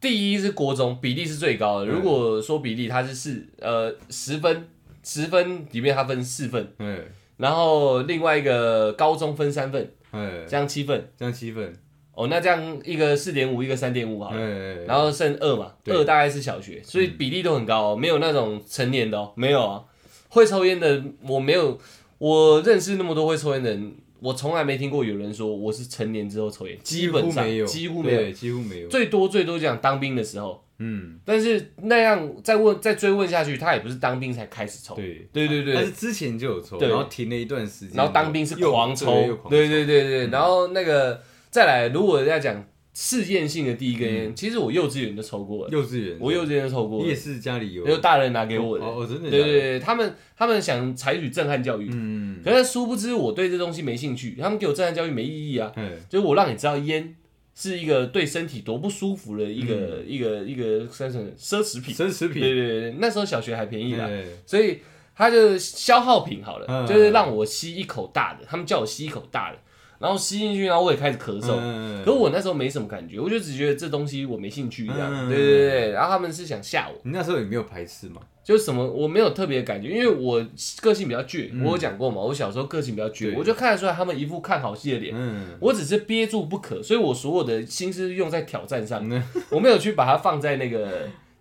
Speaker 1: 第一是国中，比例是最高的。如果说比例，它是四呃十分，十分里面它分四份，
Speaker 2: 哎
Speaker 1: 然后另外一个高中分三份，
Speaker 2: 哎，
Speaker 1: 这样七份。
Speaker 2: 这样气氛，
Speaker 1: 哦，那这样一个四点五，一个三点五啊好
Speaker 2: 哎
Speaker 1: 了，
Speaker 2: 哎，
Speaker 1: 然后剩二嘛，
Speaker 2: 对嗯
Speaker 1: 二大概是小学，所以比例都很高哦，没有那种成年的哦，没有啊。会抽烟的我没有，我认识那么多会抽烟的人，我从来没听过有人说我是成年之后抽烟，基本上
Speaker 2: 没有，
Speaker 1: 几乎没有，
Speaker 2: 对，几乎没有，
Speaker 1: 最多最多讲当兵的时候，
Speaker 2: 嗯，
Speaker 1: 但是那样再问再追问下去，他也不是当兵才开始抽，
Speaker 2: 对。
Speaker 1: 对对对
Speaker 2: 但是之前就有抽，
Speaker 1: 对
Speaker 2: 然后停了一段时间，
Speaker 1: 然后当兵是
Speaker 2: 又
Speaker 1: 狂抽
Speaker 2: 对又，狂嗯
Speaker 1: 对对对对，然后那个再来，如果要讲试验性的第一根
Speaker 2: 嗯
Speaker 1: 烟，其实我幼稚园就抽过了，
Speaker 2: 幼稚园，
Speaker 1: 我幼稚园就抽过了，
Speaker 2: 夜市家里有，
Speaker 1: 有大人拿给我的。
Speaker 2: 哦，哦真的，
Speaker 1: 对对，对，他们他们想采取震撼教育，
Speaker 2: 嗯，
Speaker 1: 可是殊不知我对这东西没兴趣，他们给我震撼教育没意义啊。
Speaker 2: 嗯，
Speaker 1: 就是我让你知道烟是一个对身体多不舒服的一个、一个一个算是奢侈品。
Speaker 2: 嗯奢侈
Speaker 1: 对
Speaker 2: 品，
Speaker 1: 对对，对那时候小学还便宜啦，啊
Speaker 2: 哎
Speaker 1: 所以它就是消耗品好了，
Speaker 2: 嗯
Speaker 1: 就是让我吸一口大的，他们叫我吸一口大的，然后吸进去，然后我也开始咳嗽。
Speaker 2: 嗯
Speaker 1: 可我那时候没什么感觉，我就只觉得这东西我没兴趣这样，
Speaker 2: 嗯
Speaker 1: 对对对。然后他们是想吓我，
Speaker 2: 你那时候也没有排斥嘛，
Speaker 1: 就是什么我没有特别的感觉，因为我个性比较倔，我有讲过嘛，我小时候个性比较倔，
Speaker 2: 嗯对
Speaker 1: 我就看得出来他们一副看好戏的脸，
Speaker 2: 嗯，
Speaker 1: 我只是憋住不可，所以我所有的心思用在挑战上，我没有去把它放在那个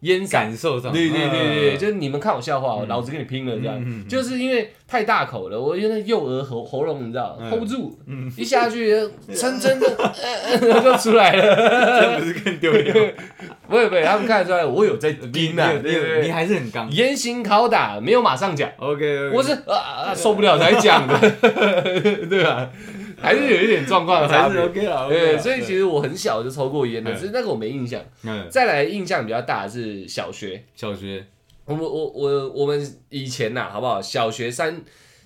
Speaker 1: 烟嗓。
Speaker 2: 嗯感受上，
Speaker 1: 对对对对，对
Speaker 2: 嗯
Speaker 1: 就是你们看我笑话，我老子跟你拼了这样，就是因为太大口了，我因为右额喉喉咙你知道
Speaker 2: 嗯
Speaker 1: hold 不住，一下 去撑撑撑，呃就出来了。
Speaker 2: 这不是更丢脸 吗？
Speaker 1: 不会不会，他们看得出来我有在
Speaker 2: 你
Speaker 1: 盯
Speaker 2: 你
Speaker 1: 啊，
Speaker 2: 有你
Speaker 1: 对不
Speaker 2: 有你
Speaker 1: 对？
Speaker 2: 还是很刚
Speaker 1: 严刑拷打，没有马上讲。
Speaker 2: ，OK，
Speaker 1: 我是啊啊受不了才讲的， 对吧？还是有一点状况的差
Speaker 2: 还是
Speaker 1: 别。
Speaker 2: OK 了，
Speaker 1: 对，所以其
Speaker 2: 实，
Speaker 1: 实我很小就抽过烟的，
Speaker 2: 嗯
Speaker 1: 只是那个我没印象。
Speaker 2: 嗯，
Speaker 1: 再来印象比较大的是小学，
Speaker 2: 小学，
Speaker 1: 我们我我我们以前呐、好不好？小学三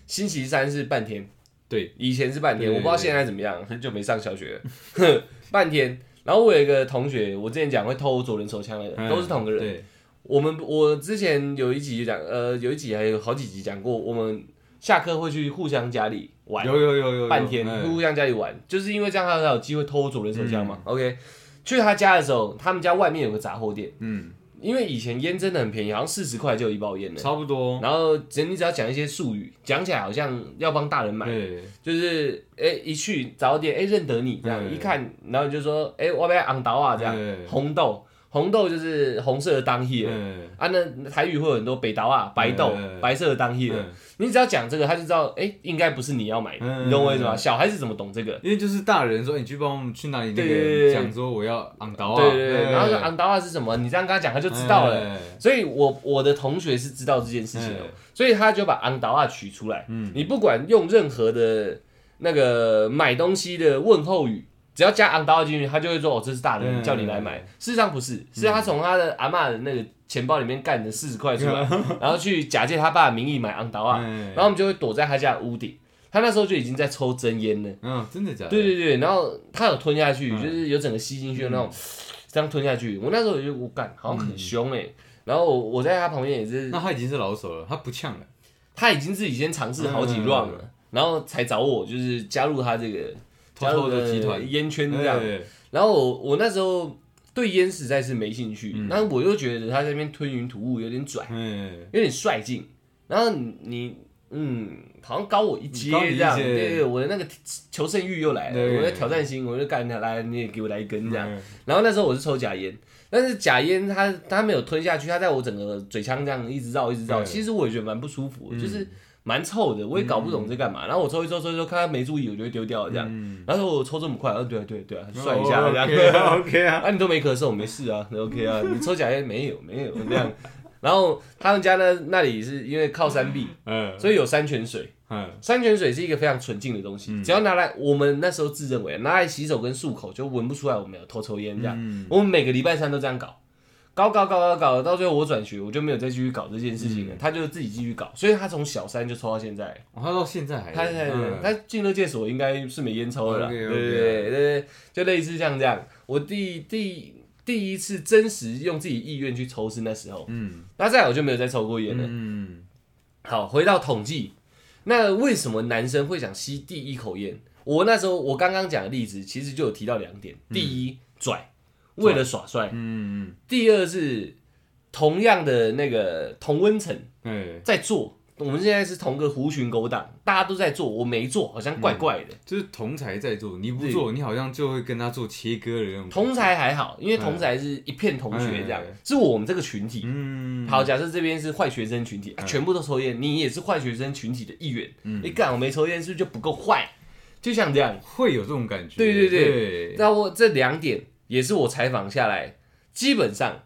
Speaker 1: 星期三是半天，
Speaker 2: 对，
Speaker 1: 以前是半天，
Speaker 2: 对
Speaker 1: 我不知道现在怎么样，很久没上小学了，哼半天。然后我有一个同学，我之前讲会偷我左轮手枪的人，
Speaker 2: 嗯
Speaker 1: 都是同个人。
Speaker 2: 对，
Speaker 1: 我们我之前有一集讲，呃，有一集还有好几集讲过，我们下课会去互相家里玩
Speaker 2: 有有有有嗯
Speaker 1: 半天，互相家里玩，就是因为这样他才有机会偷走人手枪嘛。OK，去
Speaker 2: 嗯
Speaker 1: 他家的时候，他们家外面有个杂货店，
Speaker 2: 嗯，
Speaker 1: 因为以前烟真的很便宜，好像四十块就有一包烟了。
Speaker 2: 差不多。
Speaker 1: 然后只你只要讲一些术语，讲起来好像要帮大人买，
Speaker 2: 对，
Speaker 1: 就是哎、一去早点哎、认得你这样，
Speaker 2: 嗯
Speaker 1: 一看然后你就说哎、我被昂倒啊这样，
Speaker 2: 嗯
Speaker 1: 红豆红豆就是红色的当 h
Speaker 2: 嗯
Speaker 1: 啊，那台语会有很多北岛啊、白豆、
Speaker 2: 嗯
Speaker 1: 白色的当 h
Speaker 2: 嗯
Speaker 1: 你只要讲这个，他就知道，哎、应该不是你要买的，
Speaker 2: 嗯
Speaker 1: 你懂我意思吗？小孩子怎么懂这个？
Speaker 2: 因为就是大人说你去帮我们去哪里那
Speaker 1: 对对对
Speaker 2: 个讲说我要昂刀啊，
Speaker 1: 对对对，
Speaker 2: 哎
Speaker 1: 然后说昂达话是什么，你这样跟他讲，他就知道了。，
Speaker 2: 哎
Speaker 1: 所以我我的同学是知道这件事情的
Speaker 2: 嗯，
Speaker 1: 所以他就把昂达话取出来。你不管用任何的那个买东西的问候语。只要加昂达话进去，他就会说：“哦，这是大人
Speaker 2: 嗯
Speaker 1: 叫你来买。”事实上不是，是他从他的阿嬷的那个钱包里面干的四十块出来，
Speaker 2: 嗯
Speaker 1: 然后去假借他爸的名义买昂达话，
Speaker 2: 哎
Speaker 1: 然后我们就会躲在他家的屋顶。他那时候就已经在抽真烟了，
Speaker 2: 嗯，真的假的？
Speaker 1: 对对对，然后他有吞下去，
Speaker 2: 嗯
Speaker 1: 就是有整个吸进去的那种，这样吞下去。我那时候就我干，好像
Speaker 2: 嗯
Speaker 1: 很凶哎、然后我我在他旁边也是
Speaker 2: 那，他已经是老手了，他不呛了。
Speaker 1: 他已经自己先尝试好几
Speaker 2: 嗯
Speaker 1: round 了，然后才找我，就是加入他这个
Speaker 2: 偷偷的集团
Speaker 1: 加入烟圈这样。
Speaker 2: 哎
Speaker 1: 然后我我那时候对烟实在是没兴趣，
Speaker 2: 嗯
Speaker 1: 但是我又觉得他在那边吞云吐雾有点拽，
Speaker 2: 哎，
Speaker 1: 有点帅劲。然后你你嗯，好像高我一阶
Speaker 2: 高你一
Speaker 1: 这样，
Speaker 2: 阶
Speaker 1: 对对，对我的那个求胜欲又来了，
Speaker 2: 对
Speaker 1: 我的挑战心，我就干他来，你也给我来一根这样。
Speaker 2: 嗯
Speaker 1: 然后那时候我是抽假烟，但是假烟它它没有吞下去，它在我整个嘴腔这样一直绕一直绕，
Speaker 2: 对
Speaker 1: 其实我也觉得蛮不舒服的，就是蛮臭的，我也搞不懂这干嘛。然后我抽一抽抽一抽，看它没注意，我就会丢掉这样。然后我抽这么快，嗯，对啊对啊对啊，算一下
Speaker 2: 哦
Speaker 1: 这样。
Speaker 2: ，OK 啊，OK 啊，
Speaker 1: 啊，你都没咳嗽，没事啊，OK 啊，你抽假烟没有没有这样。然后他们家呢，那里是因为靠山壁，
Speaker 2: 嗯，
Speaker 1: 所以有山泉水。
Speaker 2: 嗯，
Speaker 1: 山泉水是一个非常纯净的东西，只要拿来，我们那时候自认为啊拿来洗手跟漱口就闻不出来我们有偷抽烟这样。
Speaker 2: 嗯
Speaker 1: 我们每个礼拜三都这样搞，搞搞搞搞搞，到最后我转学，我就没有再继续搞这件事情了，他就自己继续搞，所以他从小三就抽到现在。
Speaker 2: 哦他到现在还
Speaker 1: 他他
Speaker 2: 嗯
Speaker 1: 他进乐界所应该是没烟抽的啦，对
Speaker 2: OK，OK
Speaker 1: 对对对对，就类似像这样。我第第第一次真实用自己意愿去抽是那时候，
Speaker 2: 嗯
Speaker 1: 那再来我就没有再抽过烟了。
Speaker 2: 嗯，
Speaker 1: 好，回到统计，那为什么男生会想吸第一口烟？我那时候我刚刚讲的例子其实就有提到两点，第一拽，为了耍帅；
Speaker 2: 嗯
Speaker 1: 第二是同样的那个同温层。
Speaker 2: 嗯，哎，
Speaker 1: 在做。我们现在是同个狐群狗党，大家都在做，我没做，好像
Speaker 2: 嗯
Speaker 1: 怪怪的。
Speaker 2: 就是同才在做，你不做，你好像就会跟他做切割的那种。
Speaker 1: 同才还好，因为同才是一片同学这样
Speaker 2: 嗯嗯，
Speaker 1: 是我们这个群体。
Speaker 2: 嗯，
Speaker 1: 好，假设这边是坏学生群体，啊全部都抽烟，你也是坏学生群体的一员。
Speaker 2: 嗯
Speaker 1: 你干我没抽烟，是不是就不够坏？就像这样，
Speaker 2: 会有这种感觉。
Speaker 1: 对对
Speaker 2: 对，
Speaker 1: 那我这两点也是我采访下来基本上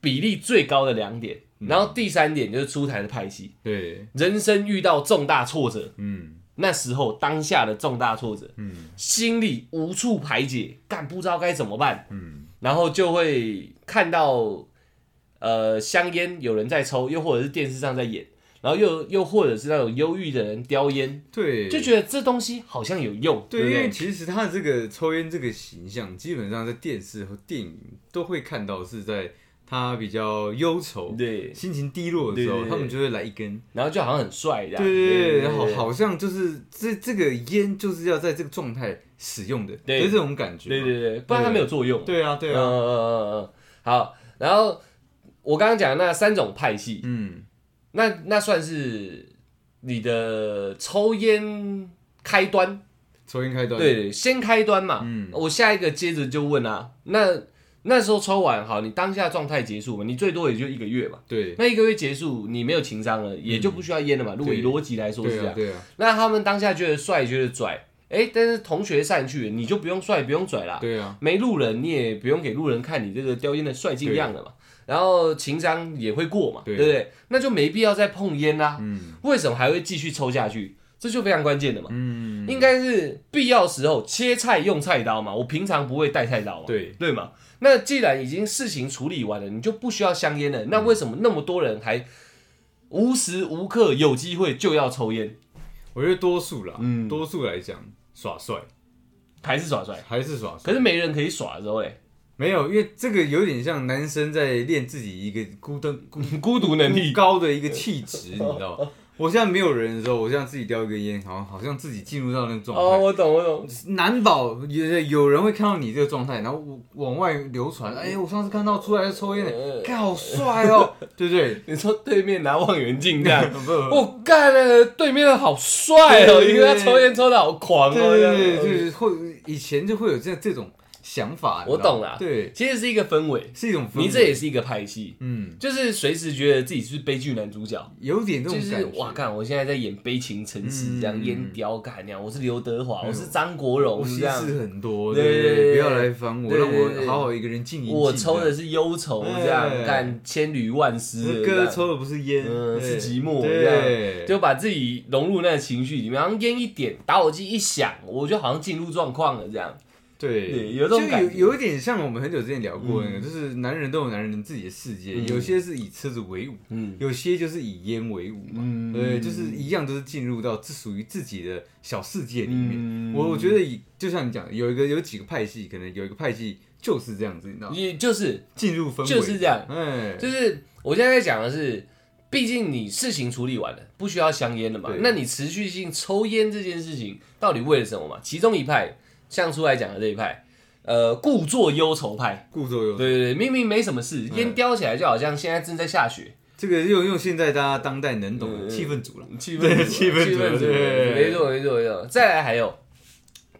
Speaker 1: 比例最高的两点。
Speaker 2: 嗯
Speaker 1: 然后第三点就是出台的派系，
Speaker 2: 对，
Speaker 1: 人生遇到重大挫折，
Speaker 2: 嗯
Speaker 1: 那时候当下的重大挫折，
Speaker 2: 嗯
Speaker 1: 心里无处排解，干不知道该怎么办，
Speaker 2: 嗯，
Speaker 1: 然后就会看到呃香烟有人在抽，又或者是电视上在演，然后又又或者是那种忧郁的人叼烟，
Speaker 2: 对，
Speaker 1: 就觉得这东西好像有用，对
Speaker 2: 对，
Speaker 1: 不
Speaker 2: 因为
Speaker 1: 对？
Speaker 2: 其实他这个抽烟这个形象，基本上在电视和电影都会看到，是在他比较忧愁、
Speaker 1: 对，
Speaker 2: 心情低落的时
Speaker 1: 对
Speaker 2: 候，
Speaker 1: 对对
Speaker 2: 他们就会来一根。
Speaker 1: 然后就好像很帅这样，
Speaker 2: 对对对，然后，好像就是这这个烟就是要在这个状态使用的，
Speaker 1: 对
Speaker 2: 就是这种感觉。
Speaker 1: 对对对，不然它没有作用。
Speaker 2: 对啊对
Speaker 1: 嗯嗯
Speaker 2: 啊，
Speaker 1: 嗯嗯，好，然后我刚刚讲的那三种派系，
Speaker 2: 嗯，
Speaker 1: 那那算是你的抽烟开端，
Speaker 2: 抽烟开端。
Speaker 1: 对，先开端嘛。
Speaker 2: 嗯
Speaker 1: 我下一个接着就问啊，那那时候抽完好，你当下状态结束嘛，你最多也就一个月嘛。
Speaker 2: 对嗯
Speaker 1: 那一个月结束，你没有情商了，也就不需要烟了嘛。如果以逻辑来说是这
Speaker 2: 对啊
Speaker 1: 样，
Speaker 2: 对啊
Speaker 1: 那他们当下觉得帅，觉得拽，哎、但是同学散去，你就不用帅，不用拽啦。
Speaker 2: 对啊，
Speaker 1: 没路人，你也不用给路人看你这个叼烟的帅劲样了嘛。然后情商也会过嘛，对
Speaker 2: 对
Speaker 1: 不对？那就没必要再碰烟啦、
Speaker 2: 嗯
Speaker 1: 为什么还会继续抽下去？这就非常关键的嘛，
Speaker 2: 嗯，
Speaker 1: 应该是必要时候切菜用菜刀嘛。我平常不会带菜刀嘛，
Speaker 2: 对
Speaker 1: 对嘛。那既然已经事情处理完了，你就不需要香烟了。那为什么那么多人还无时无刻有机会就要抽烟，
Speaker 2: 我觉得多数啦，
Speaker 1: 嗯
Speaker 2: 多数来讲耍帅
Speaker 1: 还是耍帅？
Speaker 2: 还是耍帅。
Speaker 1: 可是没人可以耍的时候哎嘞，
Speaker 2: 没有，因为这个有点像男生在练自己一个孤灯孤
Speaker 1: 孤独能力
Speaker 2: 高的一个气质，你知道吗？我现在没有人的时候，我这样自己叼一根烟，好像好像自己进入到那个状态。
Speaker 1: 哦，我懂，我懂。
Speaker 2: 难保有有人会看到你这个状态，然后往外流
Speaker 1: 嗯
Speaker 2: 传。哎、我上次看到出来在抽烟的，看好帅 哦，对不对？
Speaker 1: 你说对面拿望远镜这 样，
Speaker 2: 不不
Speaker 1: 我哦干了，对面的好帅哦，
Speaker 2: 对
Speaker 1: 一个他抽烟抽的好狂哦，
Speaker 2: 对对
Speaker 1: 这
Speaker 2: 对
Speaker 1: 样
Speaker 2: 对，就是会以前就会有这这种想法。你知道
Speaker 1: 我懂
Speaker 2: 吗
Speaker 1: 啦
Speaker 2: 对，
Speaker 1: 其实是一个氛围，
Speaker 2: 是一种氛围
Speaker 1: 你这也是一个派系，
Speaker 2: 嗯，
Speaker 1: 就是随时觉得自己是悲剧男主角。
Speaker 2: 有点这种
Speaker 1: 就
Speaker 2: 感
Speaker 1: 是
Speaker 2: 觉。
Speaker 1: 哇，看我现在在演悲情城市，这样
Speaker 2: 嗯
Speaker 1: 烟雕干那样，我是刘德华，
Speaker 2: 嗯
Speaker 1: 我是张国荣，
Speaker 2: 我
Speaker 1: 是
Speaker 2: 心
Speaker 1: 这样，
Speaker 2: 事很多，
Speaker 1: 对
Speaker 2: 对
Speaker 1: 对对
Speaker 2: 不
Speaker 1: 对
Speaker 2: 要来烦我，
Speaker 1: 对
Speaker 2: 让
Speaker 1: 对对
Speaker 2: 我好好一个人静一静。
Speaker 1: 我抽的是忧愁，这
Speaker 2: 哎
Speaker 1: 样干千缕万丝的
Speaker 2: 这
Speaker 1: 这样
Speaker 2: 歌抽的不是烟，
Speaker 1: 嗯
Speaker 2: 对
Speaker 1: 是寂寞
Speaker 2: 对，
Speaker 1: 就把自己融入那个情绪里面，然后烟一点，打火机一响，我就好像进入状况了这样。
Speaker 2: 对，
Speaker 1: 对有这种
Speaker 2: 就
Speaker 1: 感
Speaker 2: 有
Speaker 1: 觉
Speaker 2: 有一点像我们很久之前聊过那个，就是男人都有男人自己的世界，
Speaker 1: 嗯
Speaker 2: 有些是以车子为伍，
Speaker 1: 嗯
Speaker 2: 有些就是以烟为伍嘛，
Speaker 1: 嗯
Speaker 2: 对，就是一样都是进入到自属于自己的小世界里面。
Speaker 1: 嗯
Speaker 2: 我我觉得以就像你讲的，有一个有几个派系，可能有一个派系就是这样子，你知道吗，
Speaker 1: 也就是
Speaker 2: 进入氛围
Speaker 1: 就是这样，
Speaker 2: 哎，
Speaker 1: 就是我现在在讲的是，毕竟你事情处理完了，不需要香烟了嘛
Speaker 2: 对。
Speaker 1: 那你持续性抽烟这件事情，到底为了什么嘛？其中一派像出来讲的这一派，呃，故作忧愁派。
Speaker 2: 故作
Speaker 1: 对
Speaker 2: 有
Speaker 1: 对对，明明没什么事，
Speaker 2: 嗯
Speaker 1: 烟叼起来就好像现在正在下雪，
Speaker 2: 这个用用现在大家当代能懂的
Speaker 1: 嗯
Speaker 2: 气氛组了，
Speaker 1: 气
Speaker 2: 对
Speaker 1: 氛
Speaker 2: 气
Speaker 1: 气
Speaker 2: 氛
Speaker 1: 氛
Speaker 2: 组
Speaker 1: 组
Speaker 2: 对对对
Speaker 1: 没错没错没错。再来还有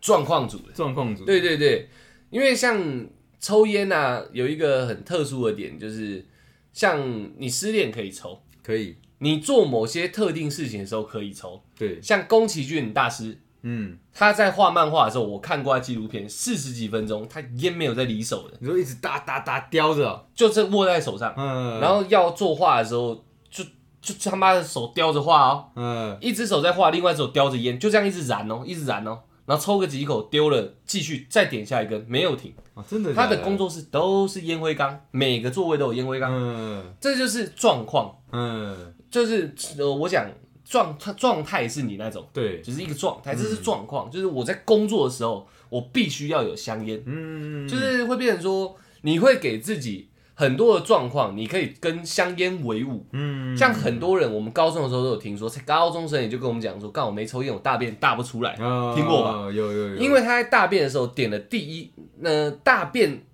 Speaker 1: 状况组的，
Speaker 2: 状况组，
Speaker 1: 对对对，因为像抽烟啊，有一个很特殊的点，就是像你失恋可以抽，
Speaker 2: 可以，
Speaker 1: 你做某些特定事情的时候可以抽，
Speaker 2: 对，
Speaker 1: 像宫崎骏大师，
Speaker 2: 嗯，
Speaker 1: 他在画漫画的时候，我看过他纪录片，四十几分钟，他烟没有在离手的，
Speaker 2: 你说一直哒哒哒叼着哦，
Speaker 1: 就是握在手上，
Speaker 2: 嗯，
Speaker 1: 然后要做画的时候，就就就他妈的手叼着画哦，
Speaker 2: 嗯，
Speaker 1: 一只手在画，另外一只手叼着烟，就这样一直燃哦，一直燃哦，然后抽个几口丢了，继续再点下一根，没有停。
Speaker 2: 啊，真的，
Speaker 1: 他的工，作室都是烟灰缸，每个座位都有烟灰缸，
Speaker 2: 嗯
Speaker 1: 这就是状况，
Speaker 2: 嗯，
Speaker 1: 就是呃，我讲状状态是你那种。
Speaker 2: 对，
Speaker 1: 只是一个状
Speaker 2: 嗯
Speaker 1: 态，这是状况，就是我在工作的时候，我必须要有香烟，
Speaker 2: 嗯，
Speaker 1: 就是会变成说，你会给自己很多的状况，你可以跟香烟为伍。
Speaker 2: 嗯，
Speaker 1: 像很多人，我们高中的时候都有听说，高中生也就跟我们讲说，干我没抽烟，我大便大不出来，
Speaker 2: 啊
Speaker 1: 听过吧？
Speaker 2: 有有有，
Speaker 1: 因为他在大便的时候点了第一，呃，大便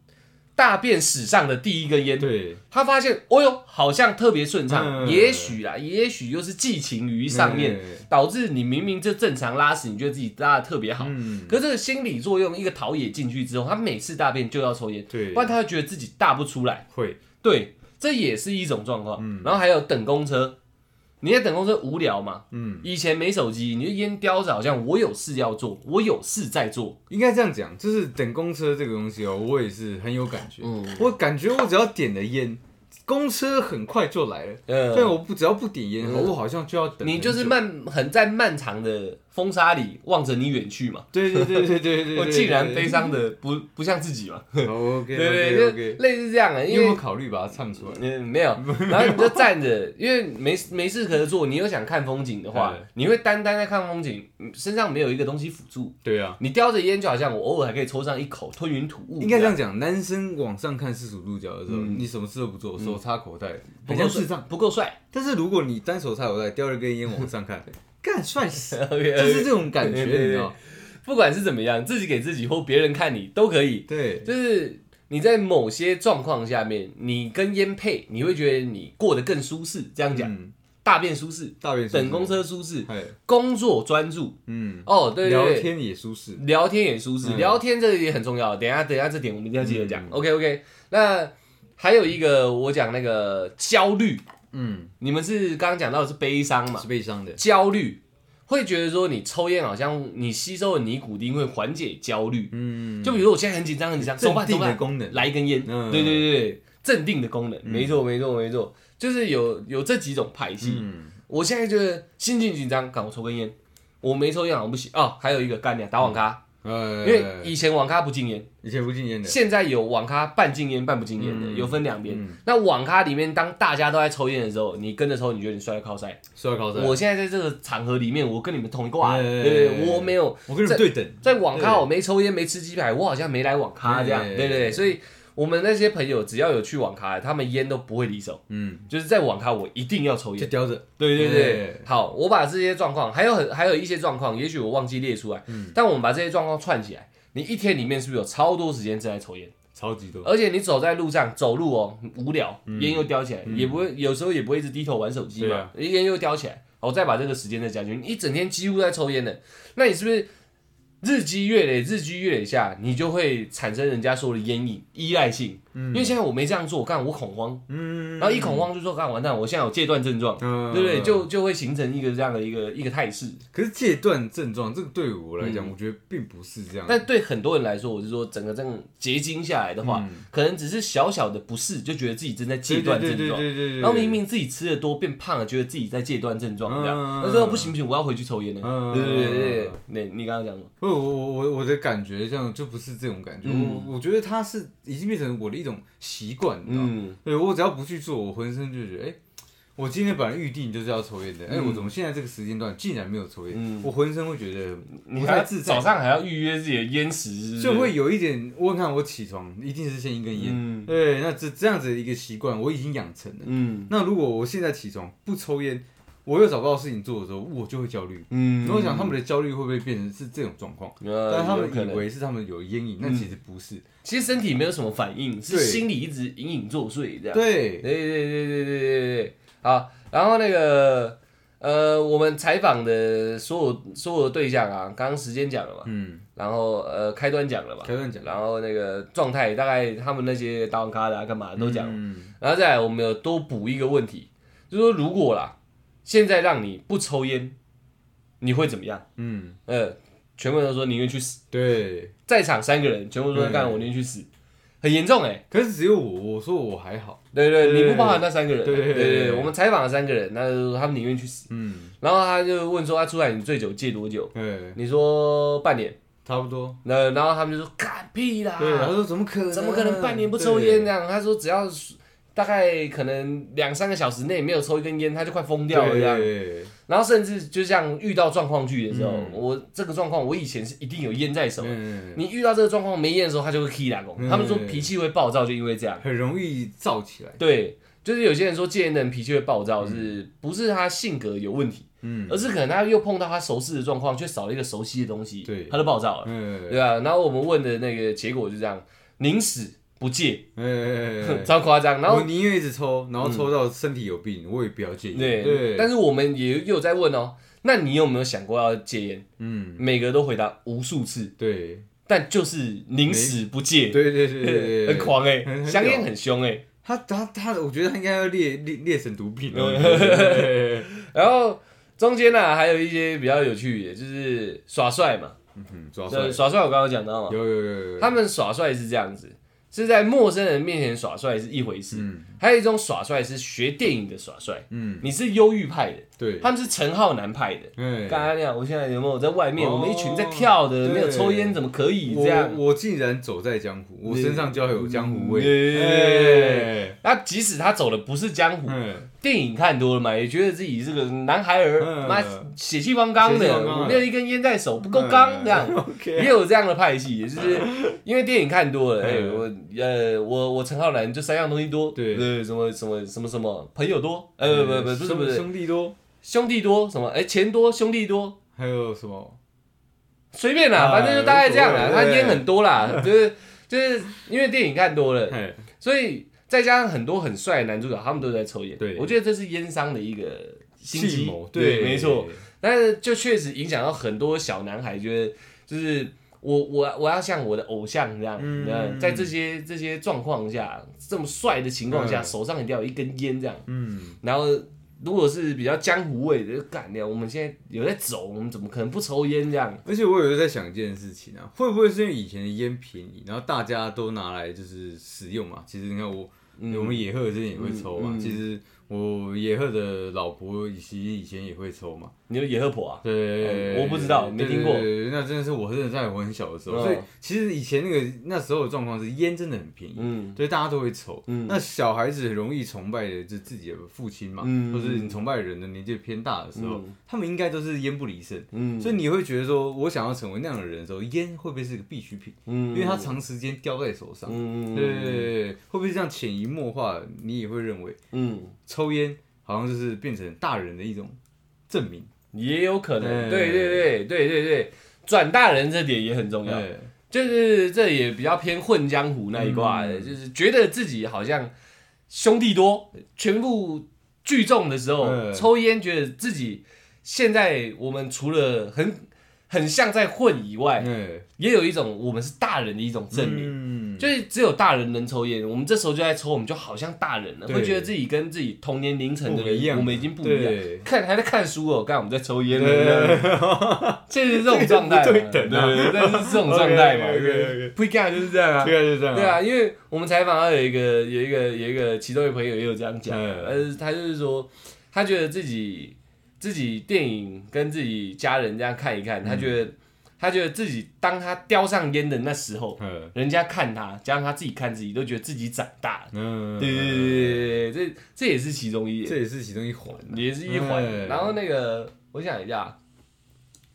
Speaker 1: 大便史上的第一根烟，
Speaker 2: 对，
Speaker 1: 他发现，哦呦，好像特别顺畅，
Speaker 2: 嗯
Speaker 1: 也许啦，也许又是寄情于上面，导致你明明就正常拉屎，你觉得自己拉的特别好，
Speaker 2: 嗯，
Speaker 1: 可是这个心理作用，一个陶冶进去之后，他每次大便就要抽烟，
Speaker 2: 对
Speaker 1: 不，然他会觉得自己大不出来。
Speaker 2: 会，
Speaker 1: 对，这也是一种状况。
Speaker 2: 嗯
Speaker 1: 然后还有等公车，你在等公车无聊嘛？
Speaker 2: 嗯，
Speaker 1: 以前没手机，你就烟叼着，好像我有事要做，我有事在做。
Speaker 2: 应该这样讲，就是等公车这个东西哦，我也是很有感觉，
Speaker 1: 嗯
Speaker 2: 我感觉我只要点了烟，公车很快就来了，但
Speaker 1: 呃，
Speaker 2: 我不只要不点烟，
Speaker 1: 嗯
Speaker 2: 我好像就要等很久，
Speaker 1: 你就是漫很在漫长的风沙里望着你远去嘛。
Speaker 2: 对，对对对对对对，
Speaker 1: 我竟然 悲伤的不不像自己嘛。
Speaker 2: ，OK
Speaker 1: 对对
Speaker 2: OK
Speaker 1: 对，
Speaker 2: OK，
Speaker 1: 就类似这样的，
Speaker 2: 你
Speaker 1: 因
Speaker 2: 有没
Speaker 1: 为
Speaker 2: 有考虑把它唱出来？
Speaker 1: 嗯，没 有。然后你就站着，因为没没事可做，你又想看风景的话
Speaker 2: 对，
Speaker 1: 你会单单在看风景，嗯身上没有一个东西辅助。
Speaker 2: 对啊，
Speaker 1: 你叼着烟，就好像我偶尔还可以抽上一口，吞云吐雾。
Speaker 2: 应该这样讲，男生往上看四十五度角的时候，
Speaker 1: 嗯
Speaker 2: 你什么事都不做，手插口袋，
Speaker 1: 不
Speaker 2: 很
Speaker 1: 够
Speaker 2: 像智
Speaker 1: 帅
Speaker 2: 障。，
Speaker 1: 不够帅。
Speaker 2: 但是如果你单手插口袋，叼着根烟往上看，干帅 死，就
Speaker 1: OK，
Speaker 2: 是这种感觉，
Speaker 1: 对
Speaker 2: 你
Speaker 1: 对对
Speaker 2: 知道？
Speaker 1: 不管是怎么样，自己给自己或别人看你都可以。
Speaker 2: 对，
Speaker 1: 就是你在某些状况下面，你跟烟配，你会觉得你过得更舒适。这样讲，
Speaker 2: 嗯，
Speaker 1: 大便舒适，
Speaker 2: 大便舒适
Speaker 1: 等公，车舒适，
Speaker 2: 哎，
Speaker 1: 工作专注。
Speaker 2: 嗯，
Speaker 1: 哦，对对
Speaker 2: 聊
Speaker 1: 对，
Speaker 2: 天也舒适，
Speaker 1: 聊天也舒适，
Speaker 2: 嗯
Speaker 1: 聊天这个也很重要。等一下，等一下这点我们一定要记得讲。
Speaker 2: 嗯
Speaker 1: OK OK，那还有一个我讲那个焦虑，
Speaker 2: 嗯，
Speaker 1: 你们是刚刚讲到的是悲伤嘛
Speaker 2: 是？悲伤的，
Speaker 1: 焦虑会觉得说你抽烟好像你吸收的尼古丁会缓解焦虑，
Speaker 2: 嗯，
Speaker 1: 就比如说我现在很紧张很紧张，怎么
Speaker 2: 镇
Speaker 1: 办？怎
Speaker 2: 定
Speaker 1: 么
Speaker 2: 的
Speaker 1: 办？
Speaker 2: 功能，
Speaker 1: 来一根烟，
Speaker 2: 嗯
Speaker 1: 对对对对，镇定的功能，没错没错没错，就是有有这几种派系。
Speaker 2: 嗯，
Speaker 1: 我现在觉得心情紧张，赶我抽根烟，我没抽烟好像不行哦。还有一个干掉打网咖，
Speaker 2: 呃，
Speaker 1: 因为以前网咖不禁烟。
Speaker 2: 以前不禁烟的，
Speaker 1: 现在有网咖半禁烟半不禁烟的，
Speaker 2: 嗯
Speaker 1: 有分两边。
Speaker 2: 嗯
Speaker 1: 那网咖里面，当大家都在抽烟的时候，你跟着抽，你觉得你摔靠塞。
Speaker 2: 说到高三，
Speaker 1: 我现在在这个场合里面，我跟你们同一挂，
Speaker 2: 哎
Speaker 1: 对对对，我没有
Speaker 2: 我跟你们对等，
Speaker 1: 在网咖，
Speaker 2: 对
Speaker 1: 我没抽烟，没吃鸡排，我好像没来网咖这样，
Speaker 2: 哎
Speaker 1: 对对对，所以我们那些朋友只要有去网咖，他们烟都不会离手，
Speaker 2: 嗯，
Speaker 1: 就是在网咖我一定要抽
Speaker 2: 就
Speaker 1: 烟。
Speaker 2: 叼着，
Speaker 1: 对对对
Speaker 2: 对，
Speaker 1: 好，我把这些状况，还有很还有一些状况，也许我忘记列出来，但我们把这些状况串起来，你一天里面是不是有超多时间正在抽烟？
Speaker 2: 超级多，
Speaker 1: 而且你走在路上走路哦，无聊，烟又叼起来，也不会有时候也不会一直低头玩手机
Speaker 2: 嗯对
Speaker 1: 嘛
Speaker 2: 啊，
Speaker 1: 烟又叼起来，我再把这个时间再加进去，你一整天几乎在抽烟的，那你是不是日积月累，日积月累下，你就会产生人家说的烟瘾依赖性？因为现在我没这样做，干我恐慌，
Speaker 2: 嗯，
Speaker 1: 然后一恐慌就说干完蛋，我现在有戒断症状，
Speaker 2: 嗯
Speaker 1: 对不对？就就会形成一个这样的一个一个态势。
Speaker 2: 可是戒断症状，这个对我来
Speaker 1: 嗯
Speaker 2: 讲，我觉得并不是这样。
Speaker 1: 但对很多人来说，我是说整个这样结晶下来的话，可能只是小小的不适，就觉得自己正在戒断症
Speaker 2: 嗯对对
Speaker 1: 状。
Speaker 2: 对对对，
Speaker 1: 然后明明自己吃的多变胖了，觉得自己在戒断症状这样，
Speaker 2: 嗯
Speaker 1: 他说不行不行，我要回去抽烟了。
Speaker 2: 嗯
Speaker 1: 对对对对，对你你刚刚讲什么？
Speaker 2: 不，我我我我的感觉这样就不是这种感觉，
Speaker 1: 嗯
Speaker 2: 我我觉得它是已经变成我的一种习惯，你知道吗？
Speaker 1: 嗯，
Speaker 2: 对我只要不去做，我浑身就觉得，哎、我今天本来预定就是要抽烟的，哎、
Speaker 1: 嗯
Speaker 2: 我怎么现在这个时间段竟然没有抽烟？
Speaker 1: 嗯
Speaker 2: 我浑身会觉得
Speaker 1: 你
Speaker 2: 不
Speaker 1: 还
Speaker 2: 太自在
Speaker 1: 早，上还要预约自己的烟食，
Speaker 2: 就会有一点，我看我起床一定是先一根烟，
Speaker 1: 嗯
Speaker 2: 对，那这这样子的一个习惯我已经养成了。
Speaker 1: 嗯
Speaker 2: 那如果我现在起床不抽烟，我又找不到事情做的时候，我就会焦虑。
Speaker 1: 嗯
Speaker 2: 然后我想他们的焦虑会不会变成是这种状况？
Speaker 1: 呃，
Speaker 2: 但他们
Speaker 1: 有可
Speaker 2: 以
Speaker 1: 能嗯
Speaker 2: 为是他们有烟瘾，那其实不是。
Speaker 1: 其实身体没有什么反应，是
Speaker 2: 对
Speaker 1: 心里一直隐隐作祟这样。对对对
Speaker 2: 对，
Speaker 1: 对对对对对，好，然后那个呃，我们采访的所有所有的对象啊，刚刚时间讲了嘛，
Speaker 2: 嗯，
Speaker 1: 然后呃开端讲了嘛，
Speaker 2: 开段讲
Speaker 1: 然后那个状态大概他们那些打网咖的、啊、干嘛的都讲了，
Speaker 2: 嗯
Speaker 1: 然后再来我们有多补一个问题，就是说如果啦，现在让你不抽烟，你会怎么样？
Speaker 2: 嗯，
Speaker 1: 呃，全部人都说宁愿去死，
Speaker 2: 对。
Speaker 1: 在场三个人全部都说
Speaker 2: 对
Speaker 1: 干我宁愿去死，很严重哎、
Speaker 2: 可是只有我，我说我还好。
Speaker 1: 对对，
Speaker 2: 对
Speaker 1: 你不包含那三个人啊，
Speaker 2: 对
Speaker 1: 对
Speaker 2: 对对
Speaker 1: 对，
Speaker 2: 对
Speaker 1: 我们采访了三个人，那就说他们宁愿去死。
Speaker 2: 嗯，
Speaker 1: 然后他就问说：“他出来你最久戒多久
Speaker 2: 对？”，
Speaker 1: 你说半年。
Speaker 2: 差不多。
Speaker 1: 那然后他们就说：“干屁啦，
Speaker 2: 对，他说怎么可能？
Speaker 1: 啊怎么可能半年不抽烟这
Speaker 2: 呢？
Speaker 1: 样？”他说：“只要大概可能两三个小时内没有抽一根烟，他就快疯掉了这样。
Speaker 2: 对，”
Speaker 1: 然后甚至就像遇到状况剧的时候，
Speaker 2: 嗯
Speaker 1: 我这个状况我以前是一定有烟在手的，
Speaker 2: 嗯，
Speaker 1: 你遇到这个状况没烟的时候，他就会 key 两
Speaker 2: 嗯
Speaker 1: 他们说脾气会暴躁，就因为这样。
Speaker 2: 很容易燥起来。
Speaker 1: 对，就是有些人说戒烟的人脾气会暴躁，是不是他性格有问题，
Speaker 2: 嗯，
Speaker 1: 而是可能他又碰到他熟悉的状况，却少了一个熟悉的东西，
Speaker 2: 对
Speaker 1: 他就暴躁了，
Speaker 2: 嗯，
Speaker 1: 对啊。然后我们问的那个结果就这样，宁死不戒，
Speaker 2: 嗯，
Speaker 1: 超夸张。然
Speaker 2: 我
Speaker 1: 后嗯
Speaker 2: 宁愿一直抽，然后抽到身体有病，我也不要戒烟。
Speaker 1: 对，
Speaker 2: 对，
Speaker 1: 但是我们也又有在问哦，那你有没有想过要戒烟？
Speaker 2: 嗯，
Speaker 1: 每个都回答无数次，
Speaker 2: 对，
Speaker 1: 但就是宁死不戒，
Speaker 2: 对对对对，
Speaker 1: 很狂哎、
Speaker 2: 很很
Speaker 1: 香烟
Speaker 2: 屌
Speaker 1: 很凶哎、
Speaker 2: 他他他，我觉得他应该要列列列成毒品 哦。
Speaker 1: 然后中间呢、啊还有一些比较有趣的，就是耍帅嘛。
Speaker 2: 嗯，抓出来
Speaker 1: 对，，耍帅我刚刚讲到嘛，
Speaker 2: 有有有有，
Speaker 1: 他们耍帅是这样子，是在陌生人面前耍帅是一回事，
Speaker 2: 嗯
Speaker 1: 还有一种耍帅是学电影的耍帅，
Speaker 2: 嗯，
Speaker 1: 你是忧郁派的，
Speaker 2: 对，
Speaker 1: 他们是陈浩南派的。
Speaker 2: 哎
Speaker 1: 刚刚那样，我现在有没有在外面？
Speaker 2: 哦
Speaker 1: 我们一群在跳的，
Speaker 2: 对
Speaker 1: 没有抽烟，怎么可以这
Speaker 2: 我
Speaker 1: 样？嗯
Speaker 2: 我竟然走在江湖，我身上交有江湖
Speaker 1: 对
Speaker 2: 味。哎
Speaker 1: 那即使他走的不是江湖，
Speaker 2: 嗯，
Speaker 1: 电影看多了嘛，也觉得自己是个男孩儿，
Speaker 2: 嗯
Speaker 1: 妈血气方刚
Speaker 2: 血气
Speaker 1: 的，
Speaker 2: 方刚
Speaker 1: 我
Speaker 2: 的嗯
Speaker 1: 没有一根烟在手，不够刚这样。也
Speaker 2: 哎 OK，
Speaker 1: 有这样的派系，也就是因为电影看多了，哎、
Speaker 2: 嗯
Speaker 1: 我呃，我我陈浩南就三样东西多，
Speaker 2: 对
Speaker 1: 什么什么什么什么朋友多，呃，不不不不是
Speaker 2: 兄
Speaker 1: 不是
Speaker 2: 兄弟多，
Speaker 1: 兄弟多，什么哎、钱多兄弟多，
Speaker 2: 还有什么？
Speaker 1: 随便啦，
Speaker 2: 啊
Speaker 1: 反正就大概这样啦。
Speaker 2: 无所
Speaker 1: 他
Speaker 2: 谓
Speaker 1: 烟很多啦， 就是就是因为电影看多了，
Speaker 2: 哎，
Speaker 1: 所以再加上很多很帅的男主角，他们都在抽烟，
Speaker 2: 对
Speaker 1: 我觉得这是烟商的一个心
Speaker 2: 计
Speaker 1: 机
Speaker 2: 谋，，
Speaker 1: 对，没错。，但是就确实影响到很多小男孩，觉得就是我我我要像我的偶像这样，
Speaker 2: 嗯
Speaker 1: 嗯、在这些这些状况下，这么帅的情况下，
Speaker 2: 嗯
Speaker 1: 手上一定要有一根烟这样。
Speaker 2: 嗯，
Speaker 1: 然后如果是比较江湖味的，就干掉。我们现在有在走，我们怎么可能不抽烟这样？
Speaker 2: 而且我有在想一件事情啊，会不会是因为以前的烟便宜，然后大啊家都拿来就是使用嘛？其实你看我，我们野鹤之前也会抽嘛。
Speaker 1: 嗯嗯嗯
Speaker 2: 其实我爷爷的老婆以及以前也会抽嘛，
Speaker 1: 你有野鹤婆啊？
Speaker 2: 对，
Speaker 1: 哦我不知道没听过
Speaker 2: 对对对对那真的是我真的在我很小的时候，
Speaker 1: 嗯
Speaker 2: 所以其实以前那个那时候的状况是烟真的很便宜，
Speaker 1: 嗯
Speaker 2: 对，大家都会抽。
Speaker 1: 嗯
Speaker 2: 那小孩子很容易崇拜的就是自己的父亲嘛，
Speaker 1: 嗯
Speaker 2: 或是你崇拜的人的年纪偏大的时候，
Speaker 1: 嗯
Speaker 2: 他们应该都是烟不离身。
Speaker 1: 嗯，
Speaker 2: 所以你会觉得说，我想要成为那样的人的时候，烟会不会是个必需品？
Speaker 1: 嗯
Speaker 2: 因为它长时间叼在手上，
Speaker 1: 嗯
Speaker 2: 对对对对，会不会这样潜移默化？你也会认为
Speaker 1: 嗯，
Speaker 2: 抽烟好像就是变成大人的一种证明。
Speaker 1: 也有可能，
Speaker 2: 哎
Speaker 1: 对对对对对对，转大人这点也很重要，
Speaker 2: 对，
Speaker 1: 就是这也比较偏混江湖那一挂的，
Speaker 2: 嗯
Speaker 1: 就是觉得自己好像兄弟多，全部聚众的时候
Speaker 2: 嗯
Speaker 1: 抽烟，觉得自己现在我们除了很很像在混以外，
Speaker 2: 哎，
Speaker 1: 也有一种我们是大人的一种
Speaker 2: 嗯
Speaker 1: 证明。
Speaker 2: 明
Speaker 1: 就是只有大人能抽烟，我们这时候就在抽，我们就好像大人了，
Speaker 2: 对
Speaker 1: 会觉得自己跟自己同年龄层的
Speaker 2: 不
Speaker 1: 人
Speaker 2: 一样
Speaker 1: 我们已经不一样
Speaker 2: 对。
Speaker 1: 看还在看书哦，刚我们在抽烟了，
Speaker 2: 对，
Speaker 1: 就是这种状态嘛，
Speaker 2: 这个
Speaker 1: 对对
Speaker 2: 不对等啊
Speaker 1: 对，但是这种状态嘛
Speaker 2: OK，OK，OK，
Speaker 1: 不干就是这样啊
Speaker 2: 大。概就这样。
Speaker 1: 对，啊，因为我们采访到有一个有一个有一个其中一个朋友也有这样讲，
Speaker 2: 嗯
Speaker 1: 呃，他就是说他觉得自己自己电影跟自己家人这样看一看，
Speaker 2: 嗯
Speaker 1: 他觉得他觉得自己当他叼上烟的那时候，
Speaker 2: 嗯
Speaker 1: 人家看他，加上他自己看自己，都觉得自己长大了。
Speaker 2: 嗯，
Speaker 1: 对对对对对，这这也是其中一，
Speaker 2: 这也是其中一环啊。
Speaker 1: 也是一环。
Speaker 2: 嗯
Speaker 1: 然后那个，我想一下，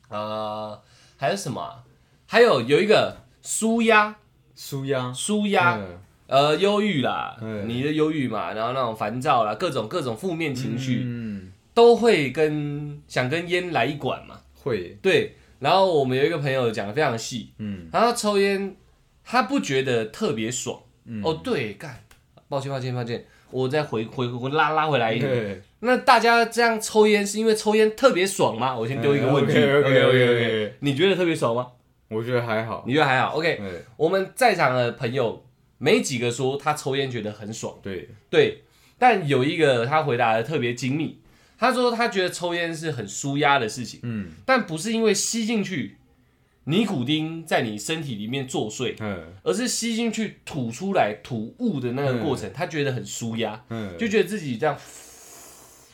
Speaker 1: 呃，还有什么啊、还有有一个舒压，
Speaker 2: 舒压，
Speaker 1: 舒压，
Speaker 2: 嗯
Speaker 1: 呃，忧郁啦，
Speaker 2: 嗯
Speaker 1: 你的忧郁嘛，然后那种烦躁啦，各种各种负面情绪、
Speaker 2: 嗯，
Speaker 1: 都会跟想跟烟来一管嘛。
Speaker 2: 会，
Speaker 1: 对，然后我们有一个朋友讲的非常细，
Speaker 2: 嗯
Speaker 1: 然后抽烟，他不觉得特别爽。
Speaker 2: 嗯
Speaker 1: 哦，对，干，抱歉，抱歉，抱歉，我再回回回拉拉回来一点。
Speaker 2: 对，
Speaker 1: 那大家这样抽烟是因为抽烟特别爽吗？我先丢一个问句。
Speaker 2: 嗯，OK，OK，OK，OK
Speaker 1: OK，OK，OK 你觉得特别爽吗？
Speaker 2: 我觉得还好。哎
Speaker 1: 你觉得还好？OK，
Speaker 2: 对
Speaker 1: 我们在场的朋友没几个说他抽烟觉得很爽，
Speaker 2: 对，
Speaker 1: 对，但有一个他回答的特别精密，他说他觉得抽烟是很舒压的事情，
Speaker 2: 嗯
Speaker 1: 但不是因为吸进去尼古丁在你身体里面作祟，
Speaker 2: 嗯
Speaker 1: 而是吸进去吐出来吐雾的那个过程，他觉得很舒压，
Speaker 2: 嗯，
Speaker 1: 就觉得自己这样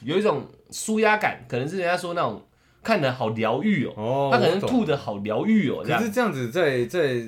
Speaker 1: 有一种舒压感，可能是人家说那种看的好疗愈哦，
Speaker 2: 哦，
Speaker 1: 他可能
Speaker 2: 我懂
Speaker 1: 吐的好疗愈哦，这
Speaker 2: 可
Speaker 1: 样
Speaker 2: 是这样子在在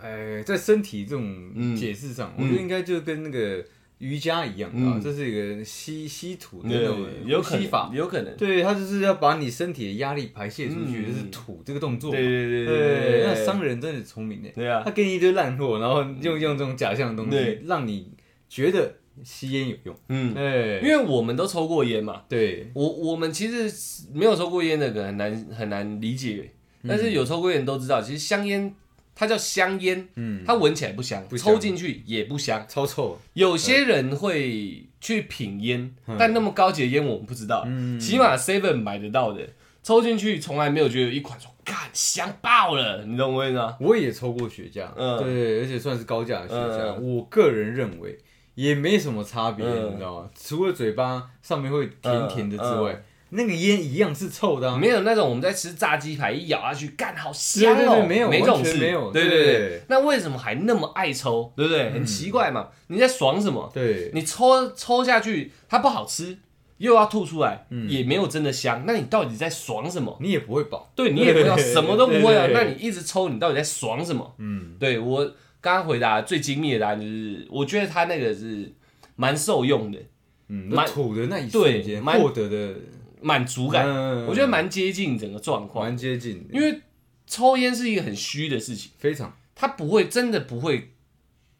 Speaker 2: 呃在身体这
Speaker 1: 嗯
Speaker 2: 种解释上，我觉得应该就跟那个瑜伽一样啊
Speaker 1: 嗯，
Speaker 2: 这是一个吸吸土的那种
Speaker 1: 对，有可
Speaker 2: 吸法
Speaker 1: 能，。有可能，
Speaker 2: 对，它就是要把你身体的压力排泄出去，
Speaker 1: 嗯
Speaker 2: 就是吐这个动作嘛。
Speaker 1: 对对对
Speaker 2: 对，那商
Speaker 1: 对，
Speaker 2: 人真的聪明呢，
Speaker 1: 对啊
Speaker 2: 他，给你一堆烂货，然后用用这种假象的东
Speaker 1: 嗯对
Speaker 2: 西，让你觉得吸烟有用。
Speaker 1: 嗯，因
Speaker 2: 哎，
Speaker 1: 为我们都抽过烟嘛，
Speaker 2: 对，
Speaker 1: 我我们其实没有抽过烟的可能很难很难理解，但是有抽过烟的都知道，其实香烟它叫香烟，
Speaker 2: 嗯，
Speaker 1: 它闻起来不香，
Speaker 2: 不香
Speaker 1: 抽进去也不香。
Speaker 2: 超臭。
Speaker 1: 有些人会去品烟，但那么高级的烟我们不知道，
Speaker 2: 嗯
Speaker 1: 起码 Seven 买得到的，抽进去从来没有觉得有一款说干香爆了，你懂我意思吗？
Speaker 2: 我也抽过雪茄，
Speaker 1: 嗯
Speaker 2: 对，而且算是高价的雪茄。
Speaker 1: 嗯
Speaker 2: 我个人认为也没什么差别，
Speaker 1: 嗯
Speaker 2: 你知道吗？除了嘴巴上面会甜甜的之外，
Speaker 1: 嗯
Speaker 2: 那个烟一样是臭的、啊。
Speaker 1: 没有那种我们在吃炸鸡排一咬下去，干好香哦，
Speaker 2: 对对对没有
Speaker 1: 没这种
Speaker 2: 完
Speaker 1: 事，
Speaker 2: 全没有
Speaker 1: 对对对
Speaker 2: 对。嗯
Speaker 1: 那为什么还那么爱抽，对不对？很奇怪嘛，你在爽什么？
Speaker 2: 对，
Speaker 1: 你抽抽下去，它不好吃，又要吐出来，
Speaker 2: 嗯
Speaker 1: 也没有真的香，那你到底在爽什么？
Speaker 2: 你也不会饱。
Speaker 1: 对你也不要
Speaker 2: 对
Speaker 1: 什么都不会啊，
Speaker 2: 对对
Speaker 1: 那你一直抽，你到底在爽什么？
Speaker 2: 嗯，
Speaker 1: 对我刚刚回答最精密的答案就是，我觉得他那个是蛮受用的，
Speaker 2: 嗯，
Speaker 1: 蛮
Speaker 2: 那吐的那一瞬
Speaker 1: 对
Speaker 2: 间
Speaker 1: 蛮
Speaker 2: 获得的
Speaker 1: 满足感，
Speaker 2: 嗯
Speaker 1: 我觉得蛮接近整个状况，
Speaker 2: 蛮接近的，
Speaker 1: 因为抽烟是一个很虚的事情，
Speaker 2: 非常
Speaker 1: 它不会真的不会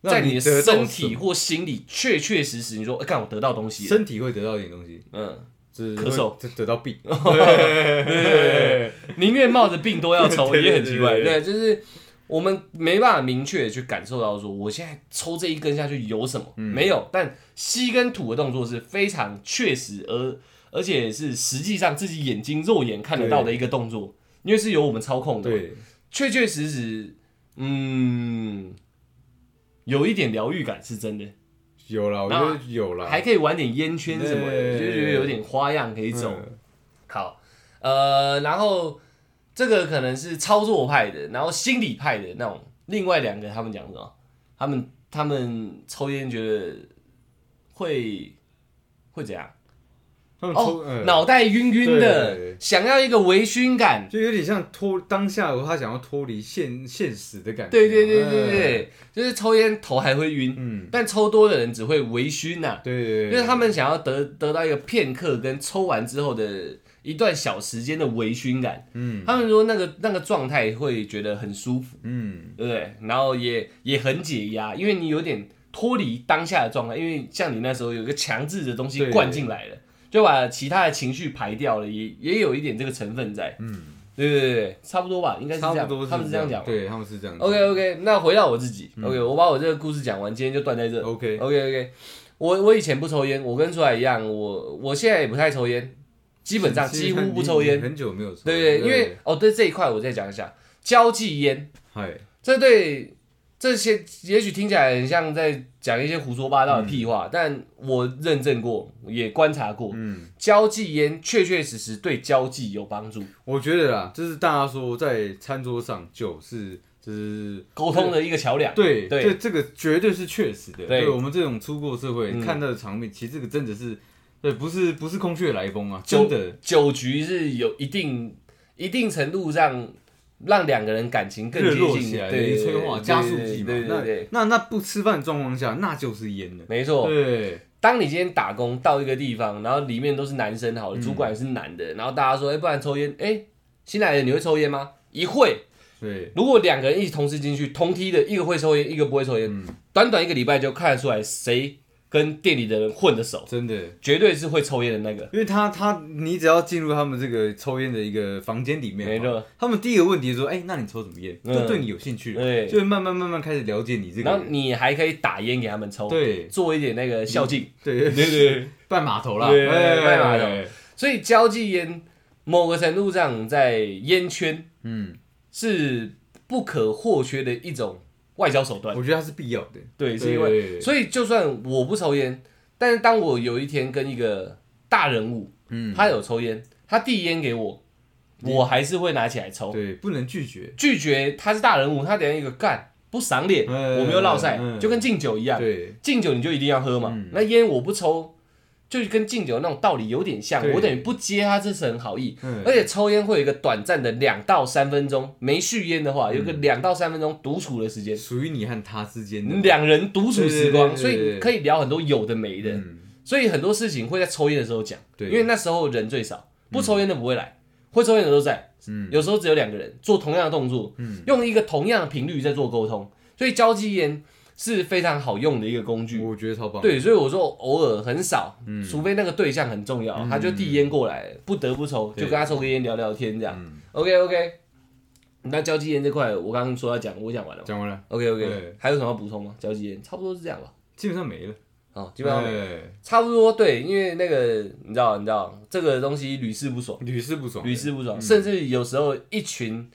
Speaker 1: 在
Speaker 2: 让
Speaker 1: 你的
Speaker 2: 得到
Speaker 1: 身
Speaker 2: 什
Speaker 1: 体
Speaker 2: 么
Speaker 1: 或心里确确实实你说，哎、看我得到东西了，
Speaker 2: 身体会得到一点东西，
Speaker 1: 嗯，
Speaker 2: 就是
Speaker 1: 咳嗽
Speaker 2: 会得到 病。
Speaker 1: 宁愿冒着病都要抽，
Speaker 2: 对对
Speaker 1: 也
Speaker 2: 对
Speaker 1: 很奇怪，
Speaker 2: 对对
Speaker 1: 对，就是。我们没办法明确的去感受到说，我现在抽这一根下去有什么？
Speaker 2: 嗯
Speaker 1: 没有，但吸跟吐的动作是非常确实而而且是实际上自己眼睛肉眼看得到的一个动作，因为是由我们操控的嘛，
Speaker 2: 对，
Speaker 1: 确确实实，嗯，有一点疗愈感是真的，
Speaker 2: 有啦，我觉
Speaker 1: 那
Speaker 2: 得有啦，
Speaker 1: 还可以玩点烟圈什么的，
Speaker 2: 对
Speaker 1: 就觉得有点花样可以走。
Speaker 2: 嗯
Speaker 1: 好，呃，然后这个可能是操作派的，然后心理派的那种。另外两个他们讲什么？他们他们抽烟觉得会会怎样？
Speaker 2: 他们抽
Speaker 1: 哦
Speaker 2: 嗯，
Speaker 1: 脑袋晕晕的
Speaker 2: 对，
Speaker 1: 想要一个微醺感。
Speaker 2: 就有点像脱当下，他想要脱离现现实的感觉。
Speaker 1: 对对对对对
Speaker 2: 哎，
Speaker 1: 对，就是抽烟头还会晕，
Speaker 2: 嗯，
Speaker 1: 但抽多的人只会微醺呐、啊
Speaker 2: 对对
Speaker 1: 因
Speaker 2: 对，
Speaker 1: 为他们想要得得到一个片刻跟抽完之后的一段小时间的微醺感。
Speaker 2: 嗯
Speaker 1: 他们说那个那个状态会觉得很舒服，
Speaker 2: 嗯
Speaker 1: 对不对？然后也也很解压，因为你有点脱离当下的状态，因为像你那时候有一个强制的东西
Speaker 2: 对
Speaker 1: 灌进来了，就把其他的情绪排掉了，也也有一点这个成分在。
Speaker 2: 嗯，
Speaker 1: 对对对对，差不多吧，应该是
Speaker 2: 差
Speaker 1: 这
Speaker 2: 不
Speaker 1: 样，
Speaker 2: 多是
Speaker 1: 他们是这样讲。
Speaker 2: 对嗯他们是这样。
Speaker 1: OK OK，那回到我自己、OK，我把我这个故事讲完，今天就断在这。
Speaker 2: OK，
Speaker 1: OK OK，我我以前不抽烟，我跟出来一样，我我现在也不太抽烟，基本上几乎不抽烟。
Speaker 2: 很久没有抽。
Speaker 1: 对对对，因为哦，对这一块我再讲一下交际烟，
Speaker 2: 嗨，
Speaker 1: 这对这些也许听起来很像在讲一些胡说八
Speaker 2: 嗯
Speaker 1: 道的屁话，但我认证过，也观察过，
Speaker 2: 嗯，
Speaker 1: 交际烟确确实实对交际有帮助，
Speaker 2: 我觉得啦，就是大家说在餐桌上酒是就是
Speaker 1: 沟通的一个桥梁。
Speaker 2: 对
Speaker 1: 对
Speaker 2: 这这个绝对是确实的。
Speaker 1: 对
Speaker 2: 对我们这种出过社会
Speaker 1: 嗯
Speaker 2: 看到的场面，其实这个真的是对，不是不是空穴来风啊，
Speaker 1: 酒
Speaker 2: 真的。
Speaker 1: 酒局是有一定一定程度上让两个人感情更
Speaker 2: 热
Speaker 1: 接
Speaker 2: 络
Speaker 1: 近
Speaker 2: 起，来的
Speaker 1: 对
Speaker 2: 一个催化加速剂嘛
Speaker 1: 对对。
Speaker 2: 那
Speaker 1: 对对，哦
Speaker 2: 那那不吃饭的状况下，那就是烟了。
Speaker 1: 没错。
Speaker 2: 对，
Speaker 1: 当你今天打工到一个地方，然后里面都是男生，好了，主管也是男的，然后大家说，哎，不然抽烟，哎，新来的你会抽烟吗？一会。
Speaker 2: 对，
Speaker 1: 如果两个人一起同时进去，同梯的一个会抽烟，一个不会抽
Speaker 2: 嗯
Speaker 1: 烟，短短一个礼拜就看得出来谁跟店里的人混的熟，
Speaker 2: 真的，
Speaker 1: 绝对是会抽烟的那个。
Speaker 2: 因为他他你只要进入他们这个抽烟的一个房间里面，
Speaker 1: 没错，
Speaker 2: 他们第一个问题就说，哎，那你抽什么烟？
Speaker 1: 嗯
Speaker 2: 就对你有兴趣，
Speaker 1: 对
Speaker 2: 就会慢慢慢慢开始了解你这个
Speaker 1: 然后
Speaker 2: 人。
Speaker 1: 你还可以打烟给他们抽，
Speaker 2: 对
Speaker 1: 做一点那个孝敬。 对
Speaker 2: 对
Speaker 1: 对对，
Speaker 2: 拜码头啦，
Speaker 1: 对
Speaker 2: 哎
Speaker 1: 拜码头
Speaker 2: 哎
Speaker 1: 所以交际烟某个程度上在烟圈
Speaker 2: 嗯，
Speaker 1: 是不可或缺的一种外交手段。
Speaker 2: 我觉得它是必要的。
Speaker 1: 对，是因
Speaker 2: 对对
Speaker 1: 为
Speaker 2: 对
Speaker 1: 所以就算我不抽烟，但是当我有一天跟一个大人物，
Speaker 2: 嗯，
Speaker 1: 他有抽烟，他递烟给我，我还是会拿起来抽。
Speaker 2: 对，不能拒绝。
Speaker 1: 拒绝他是大人物，他等下一个干不赏脸，
Speaker 2: 嗯
Speaker 1: 我们又落赛，
Speaker 2: 嗯
Speaker 1: 就跟敬酒一样。
Speaker 2: 对，
Speaker 1: 敬酒你就一定要喝嘛，
Speaker 2: 嗯
Speaker 1: 那烟我不抽，就跟敬酒那种道理有点像，
Speaker 2: 对
Speaker 1: 我等于不接他这层好意，
Speaker 2: 嗯
Speaker 1: 而且抽烟会有一个短暂的两到三分钟，没续烟的
Speaker 2: 嗯
Speaker 1: 话，有个两到三分钟独处的时间，
Speaker 2: 属于你和他之间的。
Speaker 1: 两人独处时光，
Speaker 2: 对对对对
Speaker 1: 所以可以聊很多有的没的，
Speaker 2: 嗯，
Speaker 1: 所以很多事情会在抽烟的时候讲，
Speaker 2: 对嗯
Speaker 1: 因为那时候人最少，不抽烟的不会来，会抽烟的都在，有时候只有两个人做同样的动作，
Speaker 2: 嗯
Speaker 1: 用一个同样的频率在做沟通，所以交际烟是非常好用的一个工具。
Speaker 2: 我觉得超棒。
Speaker 1: 对，所以我说偶尔很少，
Speaker 2: 嗯
Speaker 1: 除非那个对象很重要，他就递烟过来，不得不抽，就
Speaker 2: 对嗯
Speaker 1: 跟他抽根烟聊聊天这样。OK OK，那交际烟这块我刚刚说要讲，我讲完了。
Speaker 2: 讲完了，
Speaker 1: OK OK，
Speaker 2: 对
Speaker 1: 还有什么要补充吗？交际烟差不多是这样吧。
Speaker 2: 基本上没了，
Speaker 1: 哦，基本上
Speaker 2: 哎
Speaker 1: 差不多对，因为那个你知道，你知道这个东西屡试不爽，
Speaker 2: 屡试不爽。
Speaker 1: 屡试不
Speaker 2: 嗯
Speaker 1: 爽，甚至有时候一群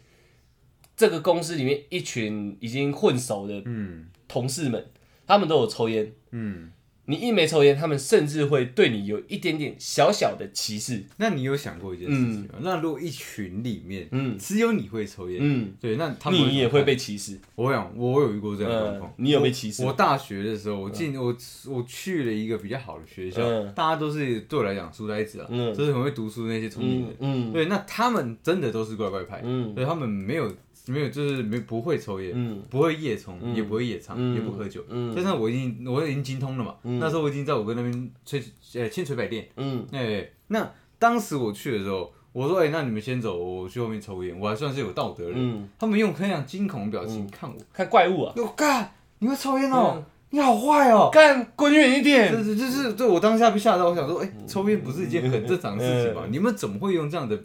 Speaker 1: 这个公司里面一群已经混熟的
Speaker 2: 嗯
Speaker 1: 同事们，他们都有抽烟，
Speaker 2: 嗯，
Speaker 1: 你一没抽烟，他们甚至会对你有一点点小小的歧视。
Speaker 2: 那你有想过一件事情吗？那如果一群里面，
Speaker 1: 嗯
Speaker 2: 只有你会抽烟，
Speaker 1: 嗯，
Speaker 2: 对，那他们
Speaker 1: 你也
Speaker 2: 怎么
Speaker 1: 会
Speaker 2: 办。
Speaker 1: 被歧视。
Speaker 2: 我想，我有遇过这样的状
Speaker 1: 嗯
Speaker 2: 况，。
Speaker 1: 你有被歧视
Speaker 2: 我？大学的时候，我进我我去了一个比较好的学校
Speaker 1: 嗯，
Speaker 2: 大家都是对我来讲书呆子啊，
Speaker 1: 嗯
Speaker 2: 就是很会读书那些聪明
Speaker 1: 嗯
Speaker 2: 人。
Speaker 1: 嗯
Speaker 2: 对，那他们真的都是乖乖牌，
Speaker 1: 嗯
Speaker 2: 对他们没有没有就是没不会抽烟，
Speaker 1: 嗯
Speaker 2: 不会夜冲，也不会夜唱，
Speaker 1: 嗯
Speaker 2: 也不喝酒。
Speaker 1: 嗯
Speaker 2: 但是我已经我已经精通了嘛，那时候我已经在我哥那边吹呃千锤百炼。
Speaker 1: 嗯
Speaker 2: 哎、那当时我去的时候，我说哎、那你们先走，我去后面抽烟，我还算是有道德的人。
Speaker 1: 嗯，
Speaker 2: 他们用非常惊恐的表情看我，
Speaker 1: 看怪物啊，
Speaker 2: 我干，你会抽烟哦、
Speaker 1: 嗯
Speaker 2: 你好坏哦、
Speaker 1: 干滚远一点
Speaker 2: 这。是就是对我当下被吓到，我想说，哎、
Speaker 1: 嗯
Speaker 2: 抽烟不是一件很正常的事情吗？你们怎么会用这样的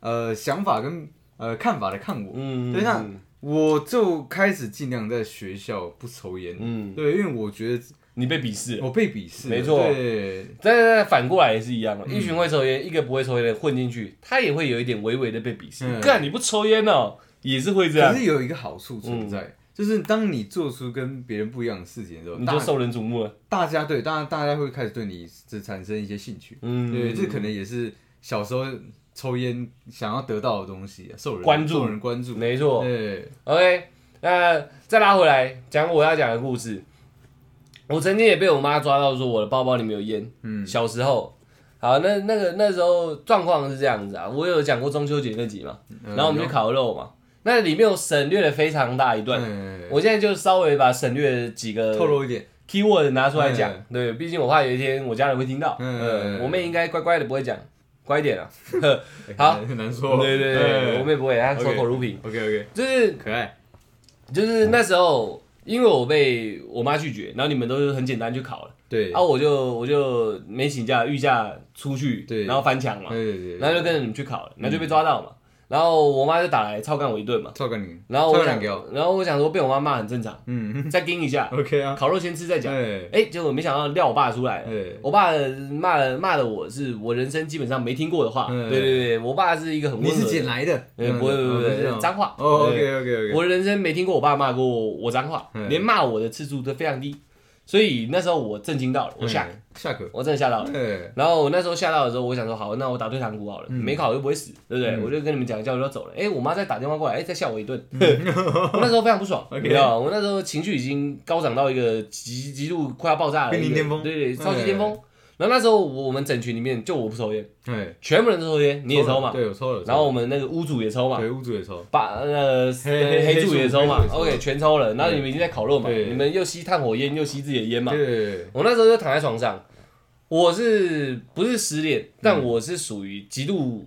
Speaker 2: 呃想法跟呃看法来看我？
Speaker 1: 嗯，
Speaker 2: 等一下我就开始尽量在学校不抽烟，
Speaker 1: 嗯，
Speaker 2: 对，因为我觉得
Speaker 1: 你被鄙视了。
Speaker 2: 我被鄙视了，
Speaker 1: 没错
Speaker 2: 对，
Speaker 1: 但但但反过来也是一样啊的，一群会抽烟，一个不会抽烟的混进去，他也会有一点微微的被鄙视。
Speaker 2: 嗯
Speaker 1: 干你不抽烟哦，也是会这样
Speaker 2: 可，是有一个好处存在，就是当你做出跟别人不一样的事情的时候，
Speaker 1: 你
Speaker 2: 大
Speaker 1: 就受人瞩目了。
Speaker 2: 大家对大家大家会开始对你这产生一些兴趣，
Speaker 1: 嗯，
Speaker 2: 对，这可能也是小时候抽烟想要得到的东西，受人
Speaker 1: 关注
Speaker 2: 受人关注，
Speaker 1: 没错。
Speaker 2: 对，
Speaker 1: OK，那再拉回来讲我要讲的故事。我曾经也被我妈抓到说我的包包里面有烟。嗯，小时候，好，那那个那时候状况是这样子啊，我有讲过中秋节那集嘛，
Speaker 2: 嗯
Speaker 1: 然
Speaker 2: 呃
Speaker 1: 后我们去烤肉嘛，那里面我省略了非常大一段，
Speaker 2: 嗯，
Speaker 1: 我现在就稍微把省略的几个
Speaker 2: 哎透露一点，
Speaker 1: keyword 拿出来讲
Speaker 2: 嗯，
Speaker 1: 对，毕竟我怕有一天我家人会听到，
Speaker 2: 嗯
Speaker 1: 嗯，我妹应该乖乖的不会讲，乖一点啊，好
Speaker 2: 好，哎很难说，
Speaker 1: 对对对，我妹不会，她守口如瓶，
Speaker 2: 哦嗯，OK OK，
Speaker 1: 就是
Speaker 2: 可爱，
Speaker 1: 就是那时候，因为我被我妈拒绝，然后你们都是很简单就考了，
Speaker 2: 对，
Speaker 1: 啊，我就我就没请假，御驾出去，
Speaker 2: 对
Speaker 1: 然后翻墙嘛，
Speaker 2: 对对嗯
Speaker 1: 然
Speaker 2: 对，
Speaker 1: 后就跟着你们去考了，然后就被抓到嘛，然后我妈就打来操干我一顿嘛，
Speaker 2: 照干你，
Speaker 1: 然后我
Speaker 2: 照
Speaker 1: 想
Speaker 2: 干给我，，
Speaker 1: 然后我想说被我妈骂很正 常，
Speaker 2: 嗯
Speaker 1: 再盯一下，
Speaker 2: ，OK 啊，
Speaker 1: 烤肉先吃再讲，
Speaker 2: 哎
Speaker 1: 哎，结果没想到撂我爸出来了。
Speaker 2: 哎，
Speaker 1: 我爸骂了骂了我是我人生基本上没听过的话，
Speaker 2: 嗯
Speaker 1: 对对对，我爸是一个很温
Speaker 2: 你
Speaker 1: 和的
Speaker 2: 是捡来的，嗯
Speaker 1: 呃不会不会不会
Speaker 2: 是
Speaker 1: 脏话
Speaker 2: 哦
Speaker 1: 对
Speaker 2: ，OK OK OK，
Speaker 1: 我人生没听过我爸骂过我脏话，
Speaker 2: 嗯
Speaker 1: 连骂我的次数都非常低，所以那时候我震惊到
Speaker 2: 嗯
Speaker 1: 了，我吓，
Speaker 2: 下课，
Speaker 1: 我真的吓到了。
Speaker 2: 哎，
Speaker 1: 然后我那时候吓到的时候，我想说好，那我打退堂鼓好了，
Speaker 2: 嗯
Speaker 1: 没考又不会死，对不对？我就跟你们讲一下，我就走了。哎，我妈再打电话过来，哎，再吓我一 顿。我那时候非常不爽，
Speaker 2: OK
Speaker 1: 你知道吗我那时候情绪已经高涨到一个极极度快要爆炸了，
Speaker 2: 濒临
Speaker 1: 一个
Speaker 2: 巅峰嗯
Speaker 1: 对对，超级巅峰。然后那时候我们整群里面就我不抽烟，
Speaker 2: 哎，
Speaker 1: 全部人都抽烟，你也抽嘛。
Speaker 2: 对，我抽了，
Speaker 1: 然后我们那个屋主也抽嘛，
Speaker 2: 对屋主也抽，
Speaker 1: 把呃
Speaker 2: 黑
Speaker 1: 黑柱也抽嘛
Speaker 2: 黑柱也抽嗯
Speaker 1: ，OK 全抽了。然后你们已经在烤肉嘛，
Speaker 2: 对
Speaker 1: 你们又吸炭火烟，又吸自己的烟嘛。
Speaker 2: 对，
Speaker 1: 我那时候就躺在床上，我是不是失恋？但我是属于极度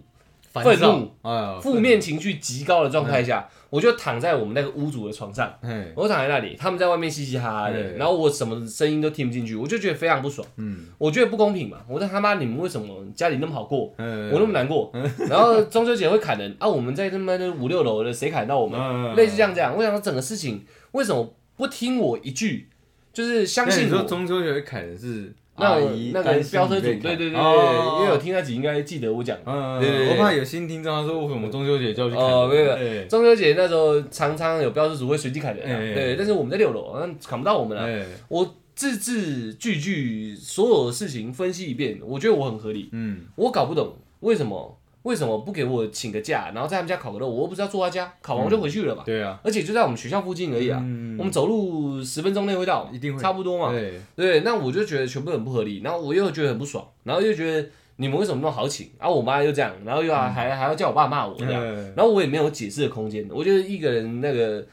Speaker 1: 愤怒、
Speaker 2: 啊，
Speaker 1: 负面情绪极高的状态
Speaker 2: 嗯
Speaker 1: 下，我就躺在我们那个屋主的床上，
Speaker 2: 哎，
Speaker 1: 我躺在那里，他们在外面嘻嘻哈哈的，
Speaker 2: 对
Speaker 1: 然后我什么声音都听不进去，我就觉得非常不爽。
Speaker 2: 嗯，
Speaker 1: 我觉得不公平嘛，我说他妈你们为什么家里那么好过，
Speaker 2: 我
Speaker 1: 我那么难过，
Speaker 2: 嗯
Speaker 1: 然后中秋节会砍人啊，我们在他妈的五六楼的谁砍到我们？类似这样这样。我想说整个事情为什么不听我一句，就是相
Speaker 2: 那
Speaker 1: 信
Speaker 2: 你说
Speaker 1: 我。
Speaker 2: 中秋节会砍的是
Speaker 1: 那
Speaker 2: 阿
Speaker 1: 我
Speaker 2: 姨
Speaker 1: 那个
Speaker 2: 担心
Speaker 1: 飙车
Speaker 2: 你
Speaker 1: 主，
Speaker 2: 被
Speaker 1: 对对
Speaker 2: 砍
Speaker 1: 对对，
Speaker 2: 哦
Speaker 1: 因为有听那集应该记得我讲。
Speaker 2: 嗯，
Speaker 1: 对对对
Speaker 2: 我怕有新听众他说为什么中秋节就要去砍人？
Speaker 1: 哦没有没有
Speaker 2: 对
Speaker 1: 中秋节那时候常常有飙车主会随机砍人啊，
Speaker 2: 哎
Speaker 1: 对，但是我们在六楼，那砍不到我们啊。
Speaker 2: 哎，
Speaker 1: 我字字句句所有事情分析一遍，我觉得我很合理，
Speaker 2: 嗯，
Speaker 1: 我搞不懂为什么为什么不给我请个假，然后在他们家烤个肉，我又不是要住他家，烤完我就回去了吧，
Speaker 2: 对啊，
Speaker 1: 而且就在我们学校附近而已啊，
Speaker 2: 嗯
Speaker 1: 我们走路十分钟内会到嘛，
Speaker 2: 一定会
Speaker 1: 差不多嘛，
Speaker 2: 对，
Speaker 1: 对，那我就觉得全部很不合理，然后我又觉得很不爽，然后又觉得你们为什么那么好请？然、啊、后我妈又这样，然后又还、还还要叫我爸骂我这样，
Speaker 2: 嗯
Speaker 1: 然后我也没有解释的空间，我觉得一个人那个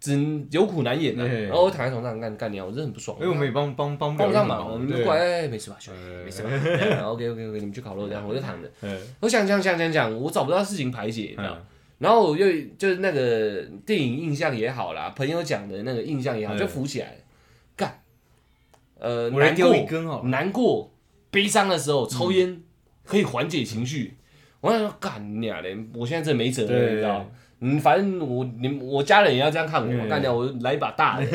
Speaker 1: 真有苦难言啊。
Speaker 2: 对
Speaker 1: 然后我躺在床上干干掉，我真的很不爽。
Speaker 2: 嗯
Speaker 1: 啊
Speaker 2: 因哎为我们也帮帮帮不
Speaker 1: 帮
Speaker 2: 了
Speaker 1: 不
Speaker 2: 任
Speaker 1: 上
Speaker 2: 何
Speaker 1: 忙，我们就
Speaker 2: 对
Speaker 1: 过来，哎没事吧，兄弟，
Speaker 2: 嗯
Speaker 1: 没事吧这样？OK OK OK，你们去烤肉这样，我就躺着，
Speaker 2: 哎
Speaker 1: 我想想想想想，我找不到事情排解，你知道吗。
Speaker 2: 嗯
Speaker 1: 然后我又就是那个电影印象也好啦，朋友讲的那个印象也好，
Speaker 2: 嗯
Speaker 1: 就浮起来了。干，呃，
Speaker 2: 我来
Speaker 1: 难
Speaker 2: 丢一
Speaker 1: 过，
Speaker 2: 根好了，嗯
Speaker 1: 难过、悲伤的时候，抽烟可以缓解情绪。我想说，干你俩嘞！我现在真的没辙了，
Speaker 2: 对
Speaker 1: 你知道吗？嗯，反正我你我家人也要这样看我嘛，
Speaker 2: 嗯
Speaker 1: 干掉我就来一把 大的。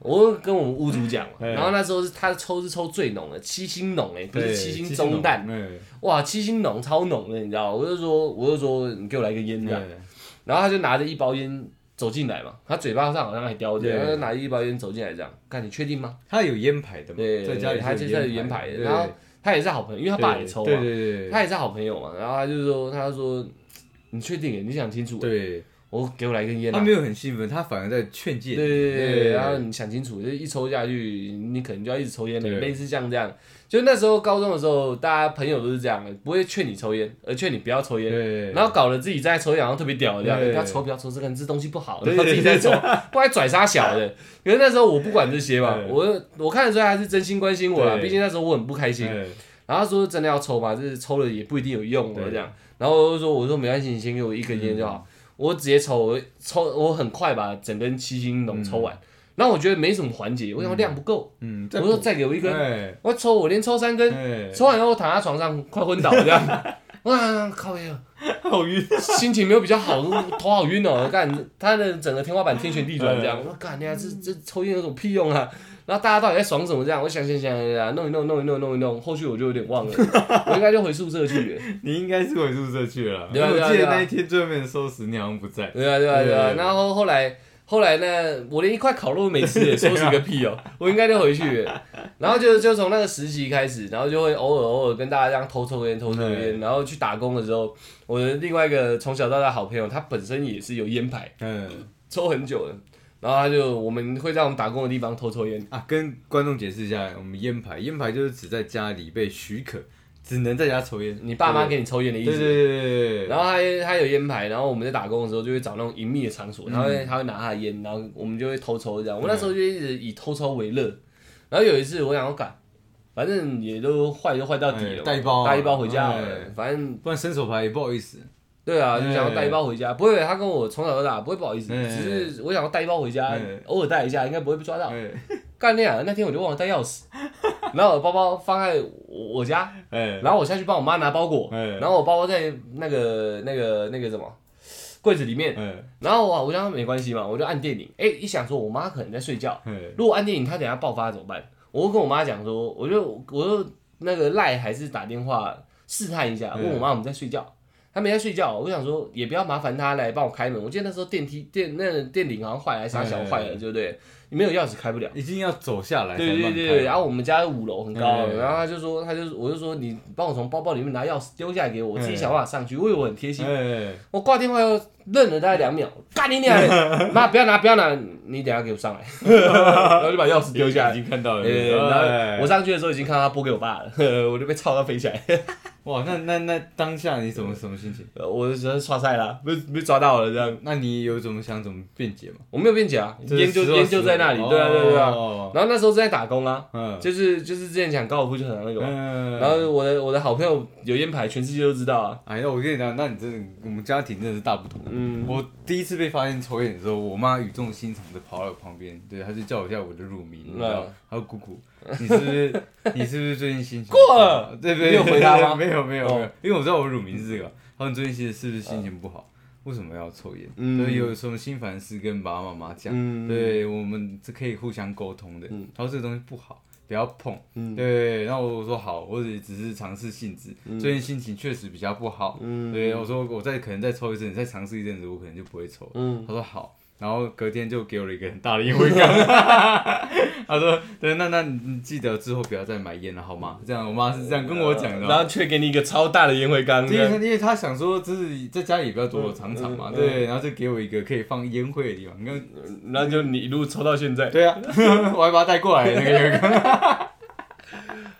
Speaker 1: 我就跟我们屋主讲嘛，
Speaker 2: 嗯
Speaker 1: 然后那时候是他抽是抽最浓的，七星浓哎，不是
Speaker 2: 对
Speaker 1: 七星中弹，，
Speaker 2: 对
Speaker 1: 哇，七星浓超浓的，你知道吗？我就说，我就说你给我来一根烟这样，
Speaker 2: 对
Speaker 1: 然后他就拿着一包烟走进来嘛，他嘴巴上好像还叼着，
Speaker 2: 对
Speaker 1: 他就拿着一包烟走进来这样，看你确定吗？
Speaker 2: 他有烟牌的嘛，
Speaker 1: 对，
Speaker 2: 在家里
Speaker 1: 他
Speaker 2: 是
Speaker 1: 就
Speaker 2: 有
Speaker 1: 在
Speaker 2: 烟
Speaker 1: 烟
Speaker 2: 牌
Speaker 1: 牌
Speaker 2: 的，
Speaker 1: 的，然后他也是好朋友，因为他
Speaker 2: 他
Speaker 1: 爸也抽啊
Speaker 2: 对
Speaker 1: 嘛，
Speaker 2: 对对
Speaker 1: 他
Speaker 2: 对
Speaker 1: 也是好朋友嘛，然后他就说，他就说你确定耶？你想清楚，
Speaker 2: 对，
Speaker 1: 我给我来一根烟
Speaker 2: 他
Speaker 1: 啊。
Speaker 2: 没有很兴奋，他反而在劝诫
Speaker 1: 对
Speaker 2: 你，
Speaker 1: 对对对对，
Speaker 2: 对
Speaker 1: 然后你想清楚，就一抽下去，你可能就要一直抽烟了，
Speaker 2: 对
Speaker 1: 类似像这样。就那时候高中的时候，大家朋友都是这样的，不会劝你抽烟，而劝你不要抽烟。
Speaker 2: 对，
Speaker 1: 然后搞得自己在抽烟，好像特别屌这样，
Speaker 2: 对
Speaker 1: 不要抽，不要抽，这个人这东西不好，
Speaker 2: 对
Speaker 1: 然后自己在抽，不然拽杀小 的。可是那时候我不管这些嘛，
Speaker 2: 对
Speaker 1: 我我看得出来他是真心关心我啦，
Speaker 2: 对
Speaker 1: 毕竟那时候我很不开心。
Speaker 2: 哎
Speaker 1: 然后他说真的要抽嘛，就是抽了也不一定有用哦
Speaker 2: 对嗯
Speaker 1: 这样。然后我就说我说没关系，你先给我一根烟就好，我直接抽，我抽我很快把整根七星浓抽完。然后我觉得没什么缓解，我想量不够，
Speaker 2: 嗯，
Speaker 1: 我说再给我一
Speaker 2: 一
Speaker 1: 根，
Speaker 2: 哎
Speaker 1: 我抽我连抽三根，
Speaker 2: 哎，
Speaker 1: 抽完以后我躺在床上快昏倒这 样。哇靠呀！
Speaker 2: 好晕，
Speaker 1: 心情没有比较好，头好晕哦。干，他的整个天花板天旋地转这样。
Speaker 2: 嗯
Speaker 1: 我说干，你看这这抽烟有什么屁用啊？然后大家到底在爽什么这样？我想想想想想，弄一弄弄一弄弄一弄，后续我就有点忘了，我应该就回宿舍去了。
Speaker 2: 你应该是回宿舍去了啦，
Speaker 1: 对啊
Speaker 2: 因为
Speaker 1: 对
Speaker 2: 我
Speaker 1: 啊
Speaker 2: 记
Speaker 1: 对
Speaker 2: 得
Speaker 1: 啊
Speaker 2: 那一天最后面的收拾你好像不在，
Speaker 1: 对啊对啊对啊。
Speaker 2: 对
Speaker 1: 然后后来后来呢，我连一块烤肉都没吃耶，收拾个屁哦，我应该就回去了。然后就就从那个实习开始，然后就会偶尔偶尔跟大家这样偷抽烟偷抽烟。
Speaker 2: 嗯
Speaker 1: 然后去打工的时候，我的另外一个从小到大好朋友，他本身也是有烟牌。
Speaker 2: 嗯
Speaker 1: 抽很久了，然后他就我们会在我们打工的地方偷抽烟，
Speaker 2: 啊，跟观众解释一下，我们烟牌，烟牌就是指在家里被许可只能在家抽烟。
Speaker 1: 你爸妈给你抽烟的意
Speaker 2: 对
Speaker 1: 思。
Speaker 2: 对对对对对
Speaker 1: 然后他他有烟牌，然后我们在打工的时候就会找那种隐秘的场
Speaker 2: 嗯
Speaker 1: 所，他会他会拿他的烟，然后我们就会偷抽这样。我那时候就一直以偷抽为
Speaker 2: 嗯
Speaker 1: 乐。然后有一次我想要干，反正也都坏都坏到底了嘛，
Speaker 2: 哎带一包啊
Speaker 1: 带一包回家好了
Speaker 2: 哎
Speaker 1: 反正
Speaker 2: 不然伸手牌也不好意思。
Speaker 1: 对啊，就想要
Speaker 2: 哎
Speaker 1: 带一包回家。不会，他跟我从小到大不会不好意思，
Speaker 2: 哎
Speaker 1: 只是我想要带一包回家
Speaker 2: 哎，
Speaker 1: 偶尔带一下应该不会被抓到。
Speaker 2: 哎
Speaker 1: 干那啊！那天我就忘了带钥匙， 然后我包包放在我我家，
Speaker 2: 哎
Speaker 1: 然后我下去帮我妈拿包裹，
Speaker 2: 哎
Speaker 1: 然后我包包在那个那个那个什么柜子里面，
Speaker 2: 哎
Speaker 1: 然后我我想说没关系嘛，我就按电铃，哎，一想说我妈可能在睡觉，
Speaker 2: 哎
Speaker 1: 如果按电铃她等下爆发怎么办？我就跟我妈讲说，我就我就那个赖还是打电话试探一下，
Speaker 2: 嗯
Speaker 1: 问我妈我们在睡觉。她没在睡觉，我想说也不要麻烦她来帮我开门。我记得那时候电梯电那个电铃好像坏了，还是啥小坏了，
Speaker 2: 嗯
Speaker 1: 对不对？没有钥匙开不了。
Speaker 2: 一定要走下来才
Speaker 1: 对对
Speaker 2: 慢慢开。
Speaker 1: 对对，然后我们家五楼很高，
Speaker 2: 嗯
Speaker 1: 然后他就说，他就我就说你帮我从包包里面拿钥匙丢下来给我，我自己
Speaker 2: 嗯
Speaker 1: 想办法上去，我以为我很贴心。
Speaker 2: 哎
Speaker 1: 我挂电话又愣了大概两秒，干你娘的！妈，不要拿，不要拿，你等一下给我上来， 然后就把钥匙丢下
Speaker 2: 已
Speaker 1: 来。
Speaker 2: 经看到了。
Speaker 1: 对对
Speaker 2: 对
Speaker 1: 对，
Speaker 2: 不对
Speaker 1: 然
Speaker 2: 哎
Speaker 1: 后我上去的时候已经看到他拨给我爸了， 我就被操到飞起来，
Speaker 2: 哇，那那那当下你怎么什么心情？
Speaker 1: 呃我就直接刷菜了，被被抓到了这样，
Speaker 2: 那你有怎么想怎么辩解吗？
Speaker 1: 我没有辩解啊，烟就烟就在那里，对啊对啊对啊。
Speaker 2: 啊。
Speaker 1: 然后那时候是在打工啊，
Speaker 2: 嗯，
Speaker 1: 就是就是之前讲高尔夫就很那个嘛，
Speaker 2: 嗯
Speaker 1: 然后我的我的好朋友有烟牌，全世界都知道啊。
Speaker 2: 哎呀，我跟你讲，那你真的，我们家庭真的是大不同。
Speaker 1: 嗯，
Speaker 2: 我第一次被发现抽烟的时候，我妈语重心长的跑到我旁边，对，她就叫我一下我的乳名，你知道
Speaker 1: 嗯，
Speaker 2: 还有姑姑，你是不是 你是不是最近心情
Speaker 1: 过了
Speaker 2: 对不对？
Speaker 1: 你有回答吗
Speaker 2: 没有没有没有
Speaker 1: 哦，
Speaker 2: 因为我知道我乳名是这个，她们最近是不是心情不好？为什么要抽烟？
Speaker 1: 嗯
Speaker 2: 所以有什么心烦事跟爸爸妈妈讲，
Speaker 1: 嗯
Speaker 2: 对我们是可以互相沟通的。
Speaker 1: 嗯
Speaker 2: 然后这个东西不好，不要碰。
Speaker 1: 嗯
Speaker 2: 对，然后我说好，我也只是尝试性质，最近心情确实比较不好。
Speaker 1: 嗯
Speaker 2: 对，我说我再可能再抽一阵，再尝试一阵子，我可能就不会抽。
Speaker 1: 嗯
Speaker 2: 他说好，然后隔天就给我了一个很大的烟灰 缸。他说对，那那你你记得之后不要再买烟了，好吗？
Speaker 1: 嗯
Speaker 2: 这样我妈是这样跟我讲的。
Speaker 1: 然后却给你一个超大的烟灰缸，
Speaker 2: 因为他
Speaker 1: 对
Speaker 2: 因为他想说，就是在家里不要躲躲藏藏嘛，
Speaker 1: 嗯嗯嗯嗯
Speaker 2: 对，然后就给我一个可以放烟灰的地方，你看
Speaker 1: 然后就你一路抽到现在，
Speaker 2: 对啊， 我还把他带过来那个 有一个，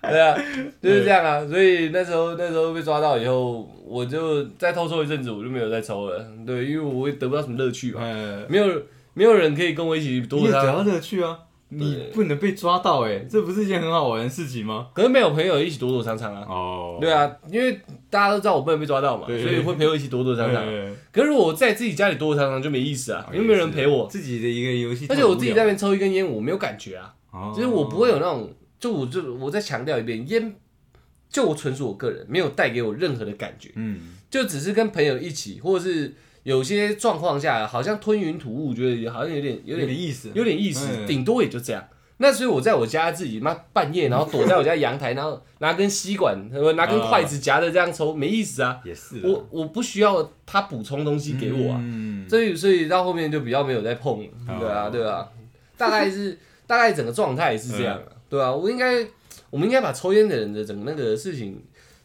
Speaker 1: 对啊，就是这样啊。所以那时候那时候被抓到以后，我就再偷抽一阵子，我就没有再抽了。对，因为我也得不到什么乐趣嘛，
Speaker 2: 呃，
Speaker 1: 没有没有人可以跟我一起
Speaker 2: 你
Speaker 1: 躲
Speaker 2: 也
Speaker 1: 着
Speaker 2: 得
Speaker 1: 他，
Speaker 2: 到乐趣啊，你
Speaker 1: 对
Speaker 2: 不能被抓到哎、这不是一件很好玩的事情吗？
Speaker 1: 可是没有朋友一起躲躲藏藏啊。
Speaker 2: 哦
Speaker 1: 对啊，因为大家都知道我不能被抓到嘛，所
Speaker 2: 对
Speaker 1: 以会陪我一起躲躲藏藏。
Speaker 2: 呃
Speaker 1: 可是如果我在自己家里躲躲藏藏就没意思
Speaker 2: 哦
Speaker 1: 啊，因为没有人陪我，
Speaker 2: 自己的一个游戏，
Speaker 1: 而且我自己在那边抽一根烟，我没有感觉啊。
Speaker 2: 哦，
Speaker 1: 就是我不会有那种，就我就我再强调一遍，烟就我纯属我个人，没有带给我任何的感觉，
Speaker 2: 嗯，
Speaker 1: 就只是跟朋友一起，或者是有些状况下，好像吞云吐雾，觉得好像有点有
Speaker 2: 有
Speaker 1: 点
Speaker 2: 点意思，
Speaker 1: 有点意思，
Speaker 2: 嗯
Speaker 1: 顶多也就这样。那所以我在我家自己妈半夜，然后躲在我家阳台，然后拿根吸管，呃拿根筷子夹着这样抽，没意思啊。
Speaker 2: 也是啦
Speaker 1: 我我不需要他补充东西给我啊，
Speaker 2: 嗯，
Speaker 1: 所以所以到后面就比较没有再碰了，
Speaker 2: 哦
Speaker 1: 对啊对啊，大概是 大概整个状态是这样
Speaker 2: 嗯
Speaker 1: 啊，对啊，我应该我们应该把抽烟的人的整个那个事情，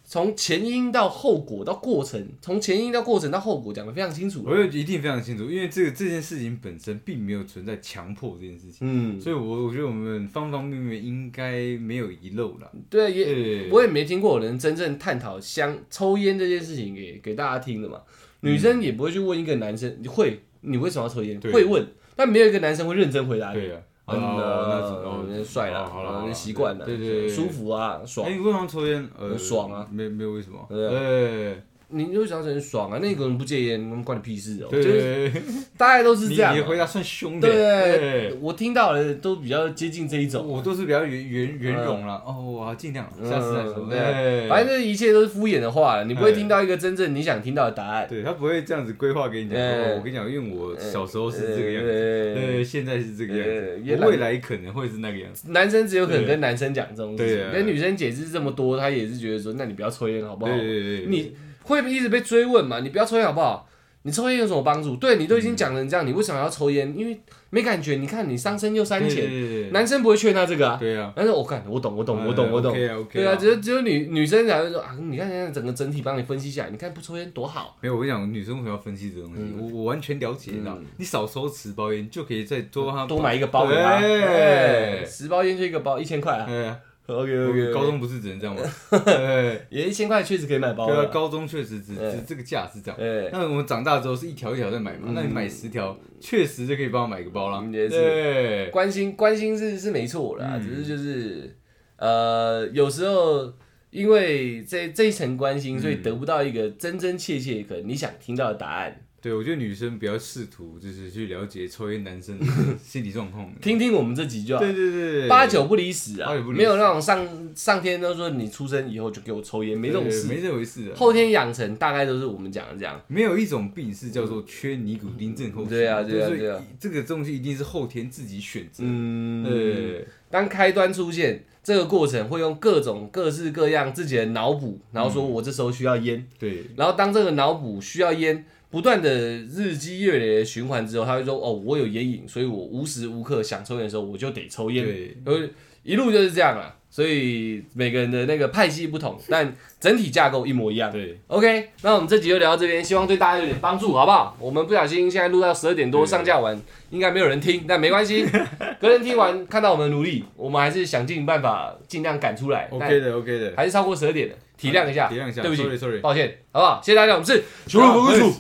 Speaker 1: 从前因到后果到过程，从前因到过程到后果讲的非常清楚啊
Speaker 2: 我，有一定非常清楚，因为这个这件事情本身并没有存在强迫这件事情，
Speaker 1: 嗯，
Speaker 2: 所以我我觉得我们方方面面应该没有遗漏啦。
Speaker 1: 对，也
Speaker 2: 对，
Speaker 1: 我也没听过有人真正探讨香抽烟这件事情给给大家听的嘛，
Speaker 2: 嗯
Speaker 1: 女生也不会去问一个男生，你会你为什么要抽烟？
Speaker 2: 对
Speaker 1: 会问，但没有一个男生会认真回答你。
Speaker 2: 对啊，
Speaker 1: 嗯
Speaker 2: 哦，那
Speaker 1: 那帅啦，
Speaker 2: 好了，
Speaker 1: 那习惯了，
Speaker 2: 对对，
Speaker 1: 舒。服啊，爽
Speaker 2: 哎，。你为什么抽烟？呃，
Speaker 1: 爽啊，
Speaker 2: 没没有为什么？哎
Speaker 1: 对
Speaker 2: 对
Speaker 1: 你就想很爽啊，那个人不戒烟，那么关你屁事哦、
Speaker 2: 对
Speaker 1: 就是
Speaker 2: 对，对
Speaker 1: 大概都是
Speaker 2: 你
Speaker 1: 这样
Speaker 2: 你的回
Speaker 1: 啊、
Speaker 2: 答算凶的。哎
Speaker 1: 对，，我听到的都比较接近这一种。
Speaker 2: 我都是比较圆圆圆融啦。哦，我要尽量，下次再哎说。
Speaker 1: 嗯
Speaker 2: 对，
Speaker 1: 反正一切都是敷衍的话，你不会
Speaker 2: 哎
Speaker 1: 听到一个真正你想听到的答案。
Speaker 2: 对他不会这样子规划给你讲。
Speaker 1: 哎
Speaker 2: 哦我跟你讲，因为我小时候是这个样子，
Speaker 1: 子。
Speaker 2: 对，现在是这个样
Speaker 1: 对
Speaker 2: 子，我未来可能会是那个样子。
Speaker 1: 男生只有可能跟男生讲这种事
Speaker 2: 对
Speaker 1: 情，
Speaker 2: 啊
Speaker 1: 跟女生解释这么多，她也是觉得说，那你不要抽烟好不好
Speaker 2: 对？对对对，
Speaker 1: 你会一直被追问嘛？你不要抽烟好不好？你抽烟有什么帮助？对你都
Speaker 2: 嗯
Speaker 1: 已经讲成这样，你为什么要抽烟？因为没感觉。你看你伤身又伤
Speaker 2: 对
Speaker 1: 钱，
Speaker 2: 对对对
Speaker 1: 男生不会劝他这个啊。
Speaker 2: 对啊，
Speaker 1: 但是我看我懂，我懂，我懂，我懂。
Speaker 2: OK 啊，OK
Speaker 1: 对啊，只有只有女女生才会说啊，你看现在整个整体帮你分析下来，你看不抽烟多好。
Speaker 2: 没有，我跟你讲，女生为什么要分析这东西？我我完全了解，你知道
Speaker 1: 嗯，
Speaker 2: 你少收十包烟就可以再多帮她
Speaker 1: 多买一个包给他，
Speaker 2: 啊对
Speaker 1: 哎十包烟就一个包，一千块啊。
Speaker 2: 哎，
Speaker 1: OK
Speaker 2: 我
Speaker 1: OK，
Speaker 2: 高中不是只能这 样吗？对，
Speaker 1: 也一千块确实可以买包
Speaker 2: 对啊，
Speaker 1: 了。
Speaker 2: 高中确实只
Speaker 1: 哎
Speaker 2: 只这个价是这样。
Speaker 1: 哎，
Speaker 2: 那我们长大之后是一条一条在买嘛？
Speaker 1: 嗯
Speaker 2: 那你买十条，确实就可以帮我买个包啦。
Speaker 1: 嗯也是
Speaker 2: 对，
Speaker 1: 关心关心是是没错啦，
Speaker 2: 嗯
Speaker 1: 只是就是呃，有时候因为这这一层关心，
Speaker 2: 嗯
Speaker 1: 所以得不到一个真真切切可能你想听到的答案。
Speaker 2: 对我觉得女生不要试图就是去了解抽烟男生的 心理状况。
Speaker 1: 听听我们这集就好，
Speaker 2: 对对嗯对，对
Speaker 1: 八九不离十啊
Speaker 2: 八九不，离十
Speaker 1: 没有那种上上天都说你出生以后就给我抽烟，没这种
Speaker 2: 对
Speaker 1: 事。
Speaker 2: 没这回事的。啊
Speaker 1: 后天养成大概都是我们讲的这样，
Speaker 2: 没有一种病是叫做缺尼古丁症候群。
Speaker 1: 对啊对啊
Speaker 2: 就是
Speaker 1: 对啊
Speaker 2: 这个东西一定是后天自己选择。
Speaker 1: 嗯，
Speaker 2: 对，
Speaker 1: 当开端出现，这个过程会用各种各式各样自己的脑补，然后说
Speaker 2: 嗯
Speaker 1: 我这时候需要烟，
Speaker 2: 对，
Speaker 1: 然后当这个脑补需要烟，不断的日积月累的循环之后，他会说：“哦，我有烟瘾，所以我无时无刻想抽烟的时候，我就得抽烟。”
Speaker 2: 对，
Speaker 1: 然后一路就是这样啊。所以每个人的那个派系不同，但整体架构一模一样。
Speaker 2: 对，
Speaker 1: OK，那我们这集就聊到这边，希望对大家有点帮助，好不好？我们不小心现在录到十二点多，
Speaker 2: 对
Speaker 1: 上架完应该没有人听，但没关 系，别人听完看到我们的努力，我们还是想尽办法尽量赶出来。
Speaker 2: ，OK 的，OK 的，
Speaker 1: 还是超过十二点的，体谅一下，
Speaker 2: 体谅一下
Speaker 1: 对不起
Speaker 2: ，sorry，sorry
Speaker 1: 抱歉，好不好？谢谢大家，我们是
Speaker 2: 求人不归处